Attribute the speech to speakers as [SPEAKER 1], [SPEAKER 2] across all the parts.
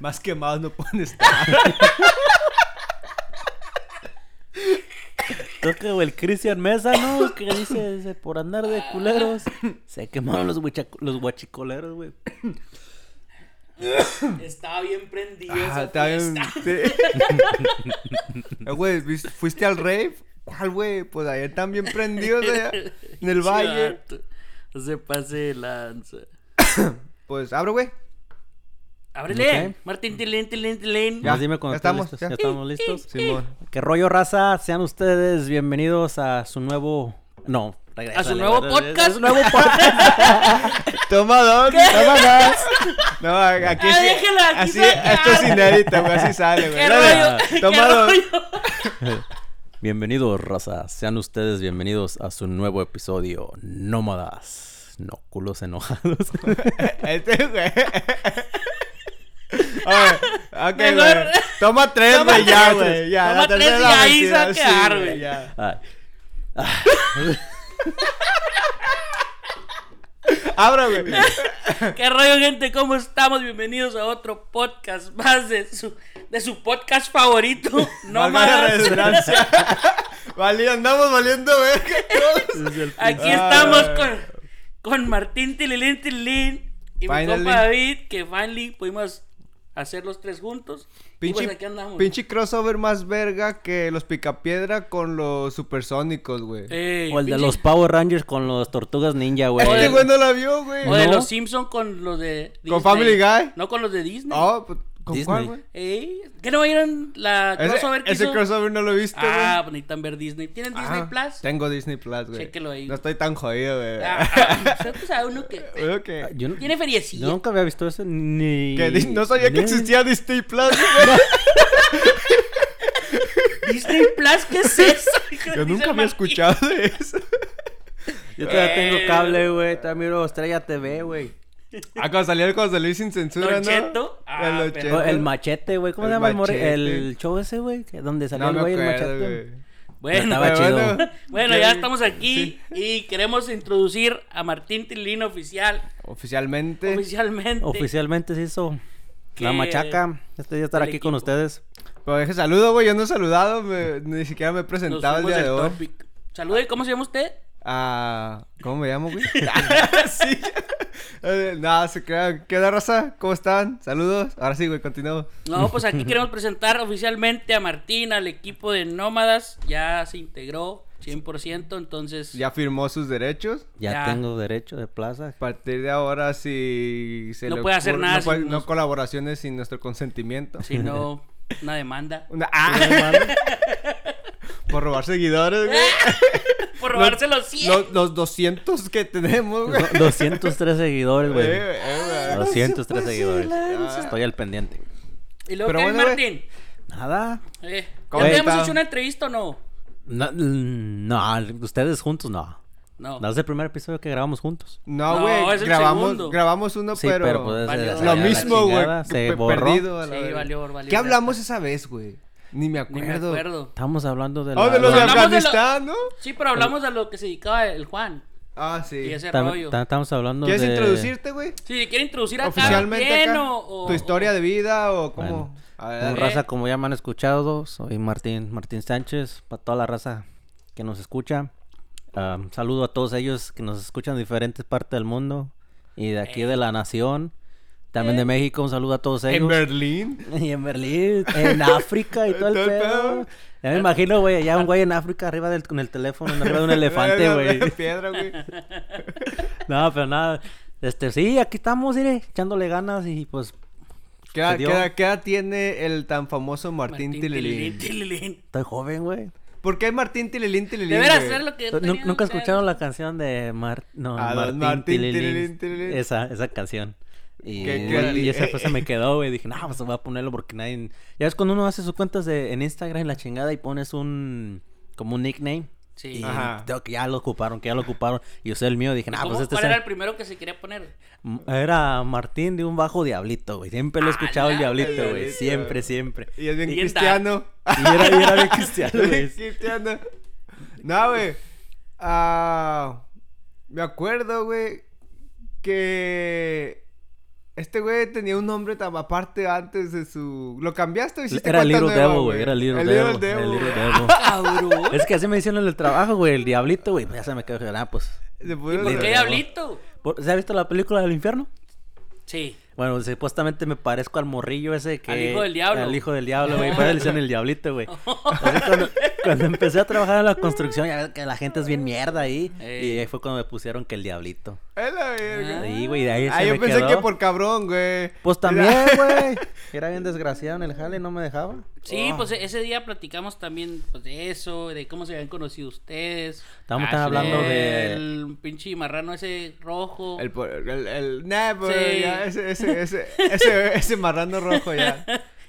[SPEAKER 1] Más quemados no pueden estar.
[SPEAKER 2] Creo que el Cristian Mesa, ¿no? Que dice, dice, por andar de culeros. Se quemaron los, huicha- los guachicoleros, güey.
[SPEAKER 3] Estaba bien prendido.
[SPEAKER 1] Ah,
[SPEAKER 3] esa
[SPEAKER 1] está bien.
[SPEAKER 3] fiesta.
[SPEAKER 1] sí. Eh, güey, ¿vis- ¿fuiste al rave? ¿Cuál, güey? Pues ayer están bien prendidos allá en el
[SPEAKER 3] Sí,
[SPEAKER 1] valle.
[SPEAKER 3] vato. No se pase de lanza.
[SPEAKER 1] Pues abro, güey.
[SPEAKER 3] Ábrele.
[SPEAKER 2] Ok.
[SPEAKER 3] Martín, tilín, tilín, tilín.
[SPEAKER 1] Ya,
[SPEAKER 2] Nos dime cuando
[SPEAKER 1] ya
[SPEAKER 2] estén
[SPEAKER 1] estamos,
[SPEAKER 2] listos.
[SPEAKER 1] ya.
[SPEAKER 2] ya estamos listos.
[SPEAKER 1] Simón.
[SPEAKER 2] Qué rollo, raza. Sean ustedes bienvenidos a su nuevo. No, regresa.
[SPEAKER 3] A su nuevo podcast.
[SPEAKER 2] A su nuevo podcast.
[SPEAKER 1] Toma dos, toma dos. No, aquí
[SPEAKER 3] Ah,
[SPEAKER 1] sí.
[SPEAKER 3] déjela, aquí
[SPEAKER 1] así,
[SPEAKER 3] saca.
[SPEAKER 1] esto es inédito, güey. Así sale, güey.
[SPEAKER 3] ¿Qué
[SPEAKER 1] Dale,
[SPEAKER 3] rollo?
[SPEAKER 1] Toma dos.
[SPEAKER 3] ¿Qué rollo?
[SPEAKER 2] bienvenidos, raza. Sean ustedes bienvenidos a su nuevo episodio Nómadas. No culos enojados.
[SPEAKER 1] Este, güey. A ver, ok,
[SPEAKER 3] Mejor-
[SPEAKER 1] güey. Toma tres,
[SPEAKER 3] Toma
[SPEAKER 1] güey, ya,
[SPEAKER 3] tres.
[SPEAKER 1] güey. Ya,
[SPEAKER 3] Toma
[SPEAKER 1] la
[SPEAKER 3] tres
[SPEAKER 1] tercera
[SPEAKER 3] y ahí
[SPEAKER 1] vencida,
[SPEAKER 3] sacar,
[SPEAKER 1] sí,
[SPEAKER 3] güey.
[SPEAKER 1] ya.
[SPEAKER 2] Ay.
[SPEAKER 1] Abra, güey.
[SPEAKER 3] ¿Qué rollo, gente? ¿Cómo estamos? Bienvenidos a otro podcast más de su, de su podcast favorito. No
[SPEAKER 1] Valga la
[SPEAKER 3] más.
[SPEAKER 1] redundancia. Vali- andamos valiendo, güey.
[SPEAKER 3] Aquí
[SPEAKER 1] Ah.
[SPEAKER 3] estamos con, con Martín Tililín Tililín y mi
[SPEAKER 1] Finally.
[SPEAKER 3] compa David, que finally pudimos hacer los tres juntos. Y
[SPEAKER 1] Pinche,
[SPEAKER 3] pues aquí andamos.
[SPEAKER 1] pinche crossover más verga que los picapiedra con los supersónicos, güey.
[SPEAKER 3] Ey,
[SPEAKER 2] O el de
[SPEAKER 3] pinche-
[SPEAKER 2] los Power Rangers con los tortugas ninja, güey.
[SPEAKER 1] Este güey no la vio, güey.
[SPEAKER 3] O de
[SPEAKER 2] ¿No?
[SPEAKER 3] los Simpsons con los de Disney.
[SPEAKER 1] ¿Con Family Guy?
[SPEAKER 3] No con los de Disney.
[SPEAKER 1] Oh, pues, ¿con
[SPEAKER 2] Disney.
[SPEAKER 1] cuál, güey?
[SPEAKER 3] Ey, ¿Qué no vieron la
[SPEAKER 1] Ese,
[SPEAKER 3] crossover que
[SPEAKER 1] ese
[SPEAKER 3] hizo?
[SPEAKER 1] crossover no lo viste, güey.
[SPEAKER 3] Ah, pues necesitan ver Disney. ¿Tienen Disney
[SPEAKER 1] Ajá.
[SPEAKER 3] Plus?
[SPEAKER 1] Tengo Disney Plus, güey.
[SPEAKER 3] Chéquelo ahí.
[SPEAKER 1] No estoy tan jodido, güey.
[SPEAKER 3] Ah, ah, ah, pues, a uno que
[SPEAKER 1] Creo que-
[SPEAKER 2] Yo no-
[SPEAKER 3] tiene feriecilla.
[SPEAKER 2] Yo nunca había visto eso ni.
[SPEAKER 1] que Dis- no sabía que
[SPEAKER 2] ni-
[SPEAKER 1] existía Disney Plus, güey.
[SPEAKER 3] Disney Plus, ¿qué es eso? Hijo,
[SPEAKER 1] Yo
[SPEAKER 3] dice
[SPEAKER 1] nunca
[SPEAKER 3] el
[SPEAKER 1] había
[SPEAKER 3] Martín.
[SPEAKER 1] escuchado de eso.
[SPEAKER 2] Yo todavía
[SPEAKER 3] Güey.
[SPEAKER 1] Eh.
[SPEAKER 2] tengo cable, güey. Todavía miro Estrella TV, güey.
[SPEAKER 1] Ah, cuando salió el José Luis sin censura,
[SPEAKER 3] Don
[SPEAKER 1] ¿no?
[SPEAKER 3] Cheto. Ah,
[SPEAKER 1] El Don
[SPEAKER 3] pero-
[SPEAKER 1] Cheto.
[SPEAKER 2] O El machete, güey. ¿Cómo
[SPEAKER 1] El
[SPEAKER 2] se llama el, more-
[SPEAKER 1] machete.
[SPEAKER 2] el show ese, güey? Que- Donde salió
[SPEAKER 1] No
[SPEAKER 2] el
[SPEAKER 1] me
[SPEAKER 2] güey el
[SPEAKER 1] acuerdo,
[SPEAKER 2] machete.
[SPEAKER 1] güey.
[SPEAKER 3] Bueno,
[SPEAKER 2] Estaba
[SPEAKER 1] Pero
[SPEAKER 2] chido.
[SPEAKER 3] Bueno, ya estamos aquí y queremos introducir a Martín Tilino oficial,
[SPEAKER 1] Oficialmente.
[SPEAKER 3] oficialmente.
[SPEAKER 2] Oficialmente se hizo la
[SPEAKER 3] Que-
[SPEAKER 2] machaca. Este día estar
[SPEAKER 3] del
[SPEAKER 2] aquí con
[SPEAKER 3] equipo.
[SPEAKER 2] ustedes.
[SPEAKER 1] Pero deje saludo, güey. Yo no he saludado. me- ni siquiera me he
[SPEAKER 3] Nos
[SPEAKER 1] presentado el
[SPEAKER 3] fuimos
[SPEAKER 1] día
[SPEAKER 3] del
[SPEAKER 1] de hoy.
[SPEAKER 3] topic. Salude, ¿cómo se llama usted?
[SPEAKER 1] Ah, ¿Cómo me llamo, güey? sí. Eh, Nada, se crean. ¿Qué onda, raza? ¿Cómo están? Saludos. Ahora sí, güey, continuamos.
[SPEAKER 3] No, pues aquí queremos presentar oficialmente a Martín, al equipo de Nómadas. Ya se integró 100%, entonces...
[SPEAKER 1] Ya firmó sus derechos.
[SPEAKER 2] Ya,
[SPEAKER 3] Ya.
[SPEAKER 2] tengo derecho de plaza.
[SPEAKER 1] A partir de ahora, si se
[SPEAKER 3] No
[SPEAKER 1] le
[SPEAKER 3] puede hacer
[SPEAKER 1] ocurre-
[SPEAKER 3] nada
[SPEAKER 1] No, puede-
[SPEAKER 3] sin
[SPEAKER 1] no
[SPEAKER 3] nos-
[SPEAKER 1] colaboraciones sin nuestro consentimiento.
[SPEAKER 3] Si no, una demanda.
[SPEAKER 1] Una- ¡Ah! Por robar seguidores, güey.
[SPEAKER 3] Ah, Por robarse los 100.
[SPEAKER 1] Los, los 200 que tenemos, güey.
[SPEAKER 2] Do- 203 seguidores,
[SPEAKER 1] Eh,
[SPEAKER 2] güey.
[SPEAKER 1] eh, güey.
[SPEAKER 2] 203 seguidores. Estoy al pendiente.
[SPEAKER 3] y luego,
[SPEAKER 1] pero
[SPEAKER 3] ¿qué hay,
[SPEAKER 1] bueno,
[SPEAKER 3] Martín?
[SPEAKER 2] Nada.
[SPEAKER 3] Eh, ¿Ya
[SPEAKER 1] ¿Cómo
[SPEAKER 3] te
[SPEAKER 2] está?
[SPEAKER 3] hemos hecho una entrevista o no?
[SPEAKER 2] No, no, ustedes juntos no.
[SPEAKER 3] No.
[SPEAKER 2] No es el primer episodio que grabamos juntos.
[SPEAKER 1] No,
[SPEAKER 3] No,
[SPEAKER 1] güey.
[SPEAKER 3] es el segundo.
[SPEAKER 1] grabamos, grabamos uno,
[SPEAKER 2] Sí,
[SPEAKER 1] pero.
[SPEAKER 2] pero, pues,
[SPEAKER 3] valió
[SPEAKER 2] se- se-
[SPEAKER 1] lo
[SPEAKER 2] la
[SPEAKER 1] mismo, güey.
[SPEAKER 2] chingada,
[SPEAKER 1] que
[SPEAKER 2] Se
[SPEAKER 1] pe-
[SPEAKER 2] borró.
[SPEAKER 1] Perdido a la
[SPEAKER 3] Sí,
[SPEAKER 1] verga.
[SPEAKER 3] valió, valió
[SPEAKER 1] ¿Qué
[SPEAKER 3] verga.
[SPEAKER 1] hablamos esa vez, güey? Ni me
[SPEAKER 3] Ni
[SPEAKER 1] acuerdo.
[SPEAKER 3] me acuerdo.
[SPEAKER 2] Estamos hablando de la...
[SPEAKER 1] Oh, de los de
[SPEAKER 3] Hablamos de lo-
[SPEAKER 1] Afganistán, ¿no?
[SPEAKER 3] Sí, pero hablamos de lo que se dedicaba el Juan
[SPEAKER 1] Ah, sí.
[SPEAKER 3] y ese
[SPEAKER 2] tam-
[SPEAKER 3] rollo.
[SPEAKER 2] tam- Estamos hablando
[SPEAKER 1] ¿Quieres
[SPEAKER 2] de...
[SPEAKER 1] introducirte, güey?
[SPEAKER 3] Sí, si quiere introducir acá
[SPEAKER 1] Oficialmente
[SPEAKER 3] bien,
[SPEAKER 1] acá.
[SPEAKER 3] o, o-
[SPEAKER 1] tu historia de vida o cómo.
[SPEAKER 2] Bueno.
[SPEAKER 1] a ver, eh.
[SPEAKER 2] Como
[SPEAKER 1] dale.
[SPEAKER 2] raza, como ya me han escuchado, soy Martín, Martín Sánchez, para toda la raza que nos escucha. Ah, saludo a todos ellos que nos escuchan de diferentes partes del mundo y de aquí de la nación, también de México, un saludo a todos
[SPEAKER 1] En
[SPEAKER 2] ellos.
[SPEAKER 1] Berlín.
[SPEAKER 2] y en Berlín, en África y todo el
[SPEAKER 1] Todo el
[SPEAKER 2] pedo.
[SPEAKER 1] pedo.
[SPEAKER 2] Ya me imagino, güey, allá un güey en África arriba del, con el teléfono, arriba de un elefante, güey.
[SPEAKER 1] Piedra, güey.
[SPEAKER 2] No, pero nada. Este, sí, aquí estamos, mire, echándole ganas y pues
[SPEAKER 1] ¿Qué, edad-
[SPEAKER 2] Se dio.
[SPEAKER 1] qué edad- qué edad tiene el tan famoso Martín, Tililín?
[SPEAKER 3] Tililín.
[SPEAKER 2] estoy joven, güey.
[SPEAKER 1] ¿Por qué Martín Tililín Tililín?
[SPEAKER 3] Deberá
[SPEAKER 1] güey?
[SPEAKER 3] ser lo que.
[SPEAKER 2] Nu-
[SPEAKER 3] tenían
[SPEAKER 2] Nunca
[SPEAKER 3] ustedes.
[SPEAKER 2] escucharon la canción de Mar... no,
[SPEAKER 1] Ah, don
[SPEAKER 2] Martín,
[SPEAKER 1] Martín,
[SPEAKER 2] Tililín.
[SPEAKER 1] tililín, tililín.
[SPEAKER 2] Esa, esa canción. Y,
[SPEAKER 1] Qué creati-
[SPEAKER 2] y esa cosa
[SPEAKER 1] eh.
[SPEAKER 2] me quedó, güey. Dije, no, pues voy a ponerlo porque nadie. Ya ves cuando uno hace sus cuentas de, en Instagram y la chingada y pones un. como un nickname.
[SPEAKER 3] Sí.
[SPEAKER 2] Y
[SPEAKER 1] Ajá. Ah,
[SPEAKER 2] tengo que ya lo ocuparon, que ya lo ocuparon. Y usé el mío. Dije, no,
[SPEAKER 3] ¿Cómo?
[SPEAKER 2] pues este
[SPEAKER 3] ¿Cuál
[SPEAKER 2] es el-
[SPEAKER 3] era el primero que se quería poner?
[SPEAKER 2] M- Era Martín de un bajo diablito, güey. Siempre
[SPEAKER 3] Ah,
[SPEAKER 2] lo he escuchado el
[SPEAKER 3] ¡Ala!
[SPEAKER 2] diablito, güey.
[SPEAKER 1] Diablito.
[SPEAKER 2] Siempre, siempre.
[SPEAKER 1] Y es bien
[SPEAKER 3] Y está-
[SPEAKER 1] cristiano.
[SPEAKER 2] Y era, y era bien cristiano, güey.
[SPEAKER 1] cristiano. No, güey. Ah, me acuerdo, güey, que Este güey tenía un nombre tan aparte antes de su. ¿Lo cambiaste o hiciste
[SPEAKER 2] Era
[SPEAKER 1] cuenta
[SPEAKER 2] Little
[SPEAKER 1] nueva,
[SPEAKER 2] Devil, güey. Era Little
[SPEAKER 1] El
[SPEAKER 2] Devil.
[SPEAKER 1] Devil,
[SPEAKER 2] El Little
[SPEAKER 1] güey.
[SPEAKER 2] Devil.
[SPEAKER 3] Cabrón.
[SPEAKER 2] Es que así me hicieron en el trabajo, güey. El diablito, güey. Ya se me quedó. Ah, pues.
[SPEAKER 1] Le
[SPEAKER 3] ¿Y
[SPEAKER 1] pusieron
[SPEAKER 3] por
[SPEAKER 1] el-
[SPEAKER 3] qué diablito?
[SPEAKER 2] ¿Por- ¿Se ha visto la película del infierno?
[SPEAKER 3] Sí.
[SPEAKER 2] Bueno, supuestamente me parezco al morrillo ese que...
[SPEAKER 3] Al hijo del diablo.
[SPEAKER 2] Al hijo del diablo, güey. Por eso le hicieron el diablito, güey. Así cuando, cuando empecé a trabajar en la construcción, ya ves que la gente es bien mierda ahí.
[SPEAKER 3] Ey.
[SPEAKER 2] Y ahí fue cuando me pusieron que el diablito.
[SPEAKER 1] Es la verga.
[SPEAKER 2] Ahí, güey, de ahí se
[SPEAKER 1] Ah, yo
[SPEAKER 2] me
[SPEAKER 1] pensé
[SPEAKER 2] quedó.
[SPEAKER 1] que por cabrón, güey.
[SPEAKER 2] Pues
[SPEAKER 1] Mira,
[SPEAKER 2] también, güey. Era bien desgraciado en el jale, no me dejaba.
[SPEAKER 3] Sí, pues ese día platicamos también pues, de eso, de cómo se habían conocido ustedes.
[SPEAKER 2] Estamos tan hablando de-
[SPEAKER 3] El pinche marrano ese rojo.
[SPEAKER 1] El, por- el, el- nah, pues,
[SPEAKER 3] Sí.
[SPEAKER 1] ya, ese, ese, ese, ese, ese marrano rojo ya.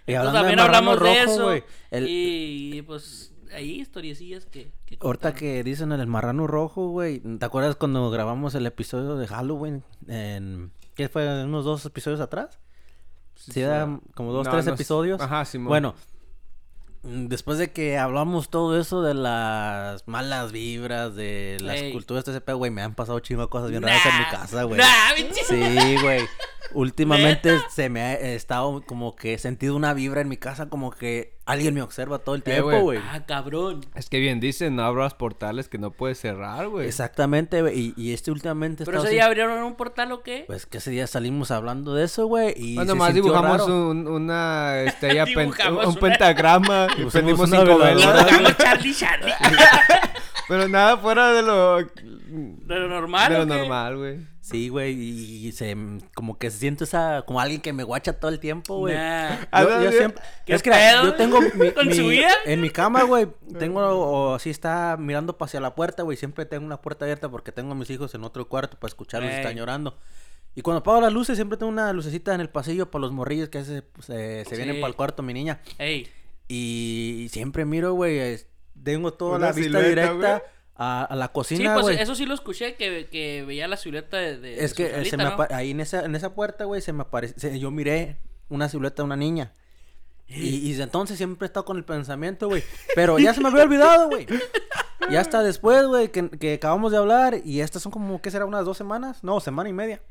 [SPEAKER 2] Y
[SPEAKER 3] Entonces,
[SPEAKER 2] hablando de
[SPEAKER 3] pues, también
[SPEAKER 2] Marrano
[SPEAKER 3] hablamos de
[SPEAKER 2] Rojo,
[SPEAKER 3] eso.
[SPEAKER 2] güey, el-
[SPEAKER 3] Y, y, pues ahí historiecillas que... que
[SPEAKER 2] Ahorita
[SPEAKER 3] contaron.
[SPEAKER 2] que dicen el marrano rojo, güey. ¿Te acuerdas cuando grabamos el episodio de Halloween? En... ¿Qué fue? ¿Unos dos episodios atrás? Sí, eran como dos,
[SPEAKER 1] No,
[SPEAKER 2] tres
[SPEAKER 1] no sé.
[SPEAKER 2] episodios.
[SPEAKER 1] Ajá, Simón.
[SPEAKER 2] Bueno, mm, después de que hablamos todo eso de las malas vibras, de las
[SPEAKER 3] Ey.
[SPEAKER 2] culturas de ese pedo, güey, me han pasado chingo de cosas bien
[SPEAKER 3] Nah.
[SPEAKER 2] raras en mi casa, güey.
[SPEAKER 3] Nah, pinche-
[SPEAKER 2] Sí, güey. Últimamente se me ha he estado como que he sentido una vibra en mi casa, como que alguien me observa todo el tiempo,
[SPEAKER 1] güey.
[SPEAKER 2] güey.
[SPEAKER 3] Ah, cabrón.
[SPEAKER 1] Es que bien dicen, no abras portales que no puedes cerrar, güey.
[SPEAKER 2] Exactamente, güey. Y, y este últimamente he
[SPEAKER 3] ¿Pero
[SPEAKER 2] estado
[SPEAKER 3] ese
[SPEAKER 2] así-
[SPEAKER 3] día abrieron un portal o qué?
[SPEAKER 2] Pues que ese día salimos hablando de eso, güey. Y
[SPEAKER 1] Bueno,
[SPEAKER 2] se
[SPEAKER 1] nomás
[SPEAKER 2] sintió
[SPEAKER 1] dibujamos
[SPEAKER 2] raro.
[SPEAKER 1] un, una estrella, pen-
[SPEAKER 3] Dibujamos
[SPEAKER 1] un,
[SPEAKER 3] una-
[SPEAKER 1] pentagrama y
[SPEAKER 2] Pusimos
[SPEAKER 1] prendimos
[SPEAKER 2] una
[SPEAKER 1] cinco
[SPEAKER 2] veladora.
[SPEAKER 1] velas.
[SPEAKER 3] Tocamos Charlie Charlie.
[SPEAKER 1] Pero nada fuera de lo,
[SPEAKER 3] ¿De lo normal
[SPEAKER 1] de
[SPEAKER 3] o
[SPEAKER 1] lo
[SPEAKER 3] qué?
[SPEAKER 1] normal, güey.
[SPEAKER 2] Sí, güey. Y, y se, como que siento esa... Como alguien que me guacha todo el tiempo, güey.
[SPEAKER 3] Nah.
[SPEAKER 1] Ah,
[SPEAKER 2] Yo,
[SPEAKER 1] no,
[SPEAKER 2] yo
[SPEAKER 1] yo-
[SPEAKER 2] siempre...
[SPEAKER 3] ¿Qué
[SPEAKER 2] Es que mira,
[SPEAKER 3] pedo?
[SPEAKER 2] yo tengo mi,
[SPEAKER 3] ¿Con
[SPEAKER 2] mi-
[SPEAKER 3] su vida?
[SPEAKER 2] En mi cama, güey, tengo...
[SPEAKER 1] Ah.
[SPEAKER 2] O así está mirando pa' hacia la puerta, güey. Siempre tengo una puerta abierta porque tengo a mis hijos en otro cuarto para escucharlos si
[SPEAKER 3] Ey.
[SPEAKER 2] están llorando. Y cuando apago las luces, siempre tengo una lucecita en el pasillo para los morrillos que a veces, pues, eh, se vienen
[SPEAKER 3] Sí.
[SPEAKER 2] para el cuarto, mi niña.
[SPEAKER 3] Ey,
[SPEAKER 2] Y siempre miro, güey, es- tengo toda
[SPEAKER 1] Una
[SPEAKER 2] la vista
[SPEAKER 1] silueta,
[SPEAKER 2] directa
[SPEAKER 1] güey.
[SPEAKER 2] a, a la
[SPEAKER 3] Sí,
[SPEAKER 2] cocina,
[SPEAKER 3] pues
[SPEAKER 2] güey.
[SPEAKER 3] eso sí lo escuché, que, que veía la silueta de... de-
[SPEAKER 2] es
[SPEAKER 3] de
[SPEAKER 2] que
[SPEAKER 3] su
[SPEAKER 2] eh, se
[SPEAKER 3] salita,
[SPEAKER 2] me
[SPEAKER 3] ¿no?
[SPEAKER 2] apa- ahí en esa, en esa puerta, güey, se me aparece, yo miré una silueta de una niña. Y, y desde entonces siempre he estado con el pensamiento, güey. Pero ya se me había olvidado, güey. Ya hasta después, güey, que, que acabamos de hablar. Y estas son como, ¿qué será? Unas dos semanas. No, semana y media.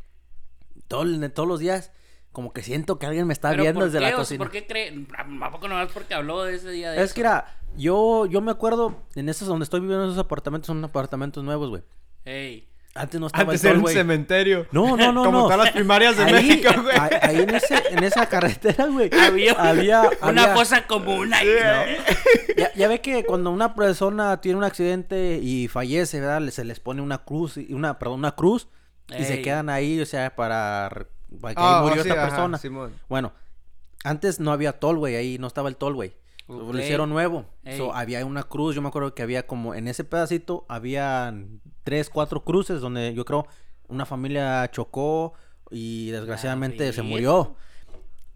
[SPEAKER 2] Todo el- todos los días, como que siento que alguien me está
[SPEAKER 3] ¿Pero
[SPEAKER 2] viendo
[SPEAKER 3] por
[SPEAKER 2] desde
[SPEAKER 3] qué?
[SPEAKER 2] la
[SPEAKER 3] O sea,
[SPEAKER 2] cocina.
[SPEAKER 3] ¿Por qué cree? ¿A poco nomás porque habló de ese día de
[SPEAKER 2] Es que era, yo, yo me acuerdo, en esos donde estoy viviendo, esos apartamentos son apartamentos nuevos, güey.
[SPEAKER 3] Ey.
[SPEAKER 2] Antes no estaba
[SPEAKER 1] Antes
[SPEAKER 2] el
[SPEAKER 1] era
[SPEAKER 2] sol,
[SPEAKER 1] un
[SPEAKER 2] güey.
[SPEAKER 1] cementerio.
[SPEAKER 2] No, no, no,
[SPEAKER 1] Como
[SPEAKER 2] no.
[SPEAKER 1] todas las primarias de
[SPEAKER 2] ahí,
[SPEAKER 1] México, güey.
[SPEAKER 2] a- ahí en, ese, en esa carretera, güey.
[SPEAKER 3] Había, una
[SPEAKER 2] había-
[SPEAKER 3] cosa común ahí, ¿no?
[SPEAKER 2] Ya, ya ve que cuando una persona tiene un accidente y fallece, ¿verdad? Le- Se les pone una cruz, y una, perdón, una cruz y
[SPEAKER 3] Ey.
[SPEAKER 2] se quedan ahí, o sea, para, re- para que
[SPEAKER 1] Ah,
[SPEAKER 2] ahí murió
[SPEAKER 1] ah, sí,
[SPEAKER 2] esta
[SPEAKER 1] ajá,
[SPEAKER 2] persona.
[SPEAKER 1] Simón.
[SPEAKER 2] Bueno, antes no había tollway ahí, no estaba el tollway. Lo-
[SPEAKER 3] Ok.
[SPEAKER 2] Lo hicieron nuevo.
[SPEAKER 3] Ey.
[SPEAKER 2] So, había una cruz, yo me acuerdo que había como en ese pedacito habían tres, cuatro cruces donde yo creo una familia chocó y desgraciadamente se
[SPEAKER 3] verga.
[SPEAKER 2] murió.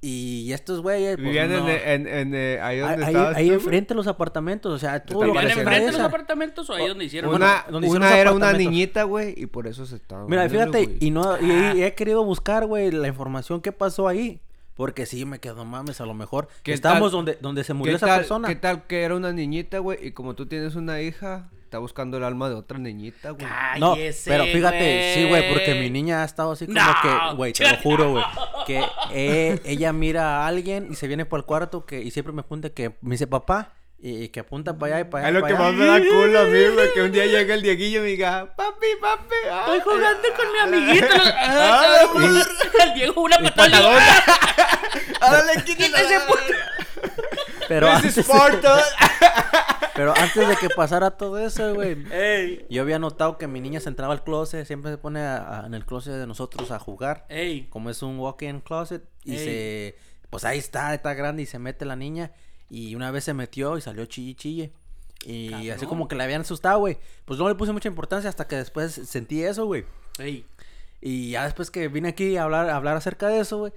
[SPEAKER 2] Y estos güeyes pues,
[SPEAKER 1] Vivían en,
[SPEAKER 2] no.
[SPEAKER 1] en, en, eh, ahí donde
[SPEAKER 2] ahí,
[SPEAKER 1] estabas
[SPEAKER 2] ahí
[SPEAKER 1] tú, güey.
[SPEAKER 2] enfrente de los apartamentos, o sea, todo lo
[SPEAKER 1] Vivían
[SPEAKER 2] que
[SPEAKER 3] ¿Vivían
[SPEAKER 1] parece
[SPEAKER 2] se
[SPEAKER 3] enfrente de los
[SPEAKER 2] atraviesa.
[SPEAKER 3] apartamentos o ahí donde hicieron?
[SPEAKER 1] Una,
[SPEAKER 2] donde hicieron
[SPEAKER 1] una
[SPEAKER 2] los
[SPEAKER 1] era una
[SPEAKER 2] apartamentos.
[SPEAKER 1] niñeta, güey, y por eso se estaba.
[SPEAKER 2] Mira,
[SPEAKER 1] muriendo,
[SPEAKER 2] fíjate,
[SPEAKER 1] güey.
[SPEAKER 2] y no y, y
[SPEAKER 1] Ah.
[SPEAKER 2] he querido buscar, güey, la información que pasó ahí. Porque sí, me quedo mames, a lo mejor.
[SPEAKER 1] ¿Qué tal-
[SPEAKER 2] Estamos donde, donde se
[SPEAKER 1] ¿Qué
[SPEAKER 2] murió esa
[SPEAKER 1] tal,
[SPEAKER 2] persona.
[SPEAKER 1] ¿Qué tal que era una niñita, güey? Y como tú tienes una hija, está buscando el alma de otra niñita, güey.
[SPEAKER 3] Ah,
[SPEAKER 2] No,
[SPEAKER 3] Cállese,
[SPEAKER 2] pero fíjate, sí, güey, porque mi niña ha estado así como
[SPEAKER 3] No,
[SPEAKER 2] que, güey, te
[SPEAKER 3] che-
[SPEAKER 2] lo juro, güey, que eh, ella mira a alguien y se viene por el cuarto que, y siempre me apunta que, me dice papá, y, y que apunta para allá y para
[SPEAKER 1] Es
[SPEAKER 2] allá.
[SPEAKER 1] lo
[SPEAKER 2] y
[SPEAKER 1] que
[SPEAKER 2] para
[SPEAKER 1] más
[SPEAKER 2] allá.
[SPEAKER 1] me da culo a mí, güey, que un día llega el Dieguillo y me diga, papi, papi.
[SPEAKER 3] Estoy jugando con mi amiguito.
[SPEAKER 1] Ah,
[SPEAKER 3] El Diego una
[SPEAKER 1] patadón.
[SPEAKER 3] patada.
[SPEAKER 1] Ahora le quites
[SPEAKER 3] Quítese, puto.
[SPEAKER 2] Pero
[SPEAKER 1] This
[SPEAKER 2] antes,
[SPEAKER 1] is Sparta.
[SPEAKER 2] pero antes de que pasara todo eso, güey,
[SPEAKER 3] Ey.
[SPEAKER 2] yo había notado que mi niña se entraba al closet, siempre se pone a- a- en el closet de nosotros a jugar.
[SPEAKER 3] Ey.
[SPEAKER 2] como es un walk-in closet y
[SPEAKER 3] Ey.
[SPEAKER 2] se pues ahí está, está grande y se mete la niña y una vez se metió y salió chille y chille. Y así
[SPEAKER 3] Cabrón.
[SPEAKER 2] como que la habían asustado, güey. Pues no le puse mucha importancia hasta que después sentí eso, güey.
[SPEAKER 3] Ey.
[SPEAKER 2] Y ya después que vine aquí a hablar, a hablar acerca de eso, güey,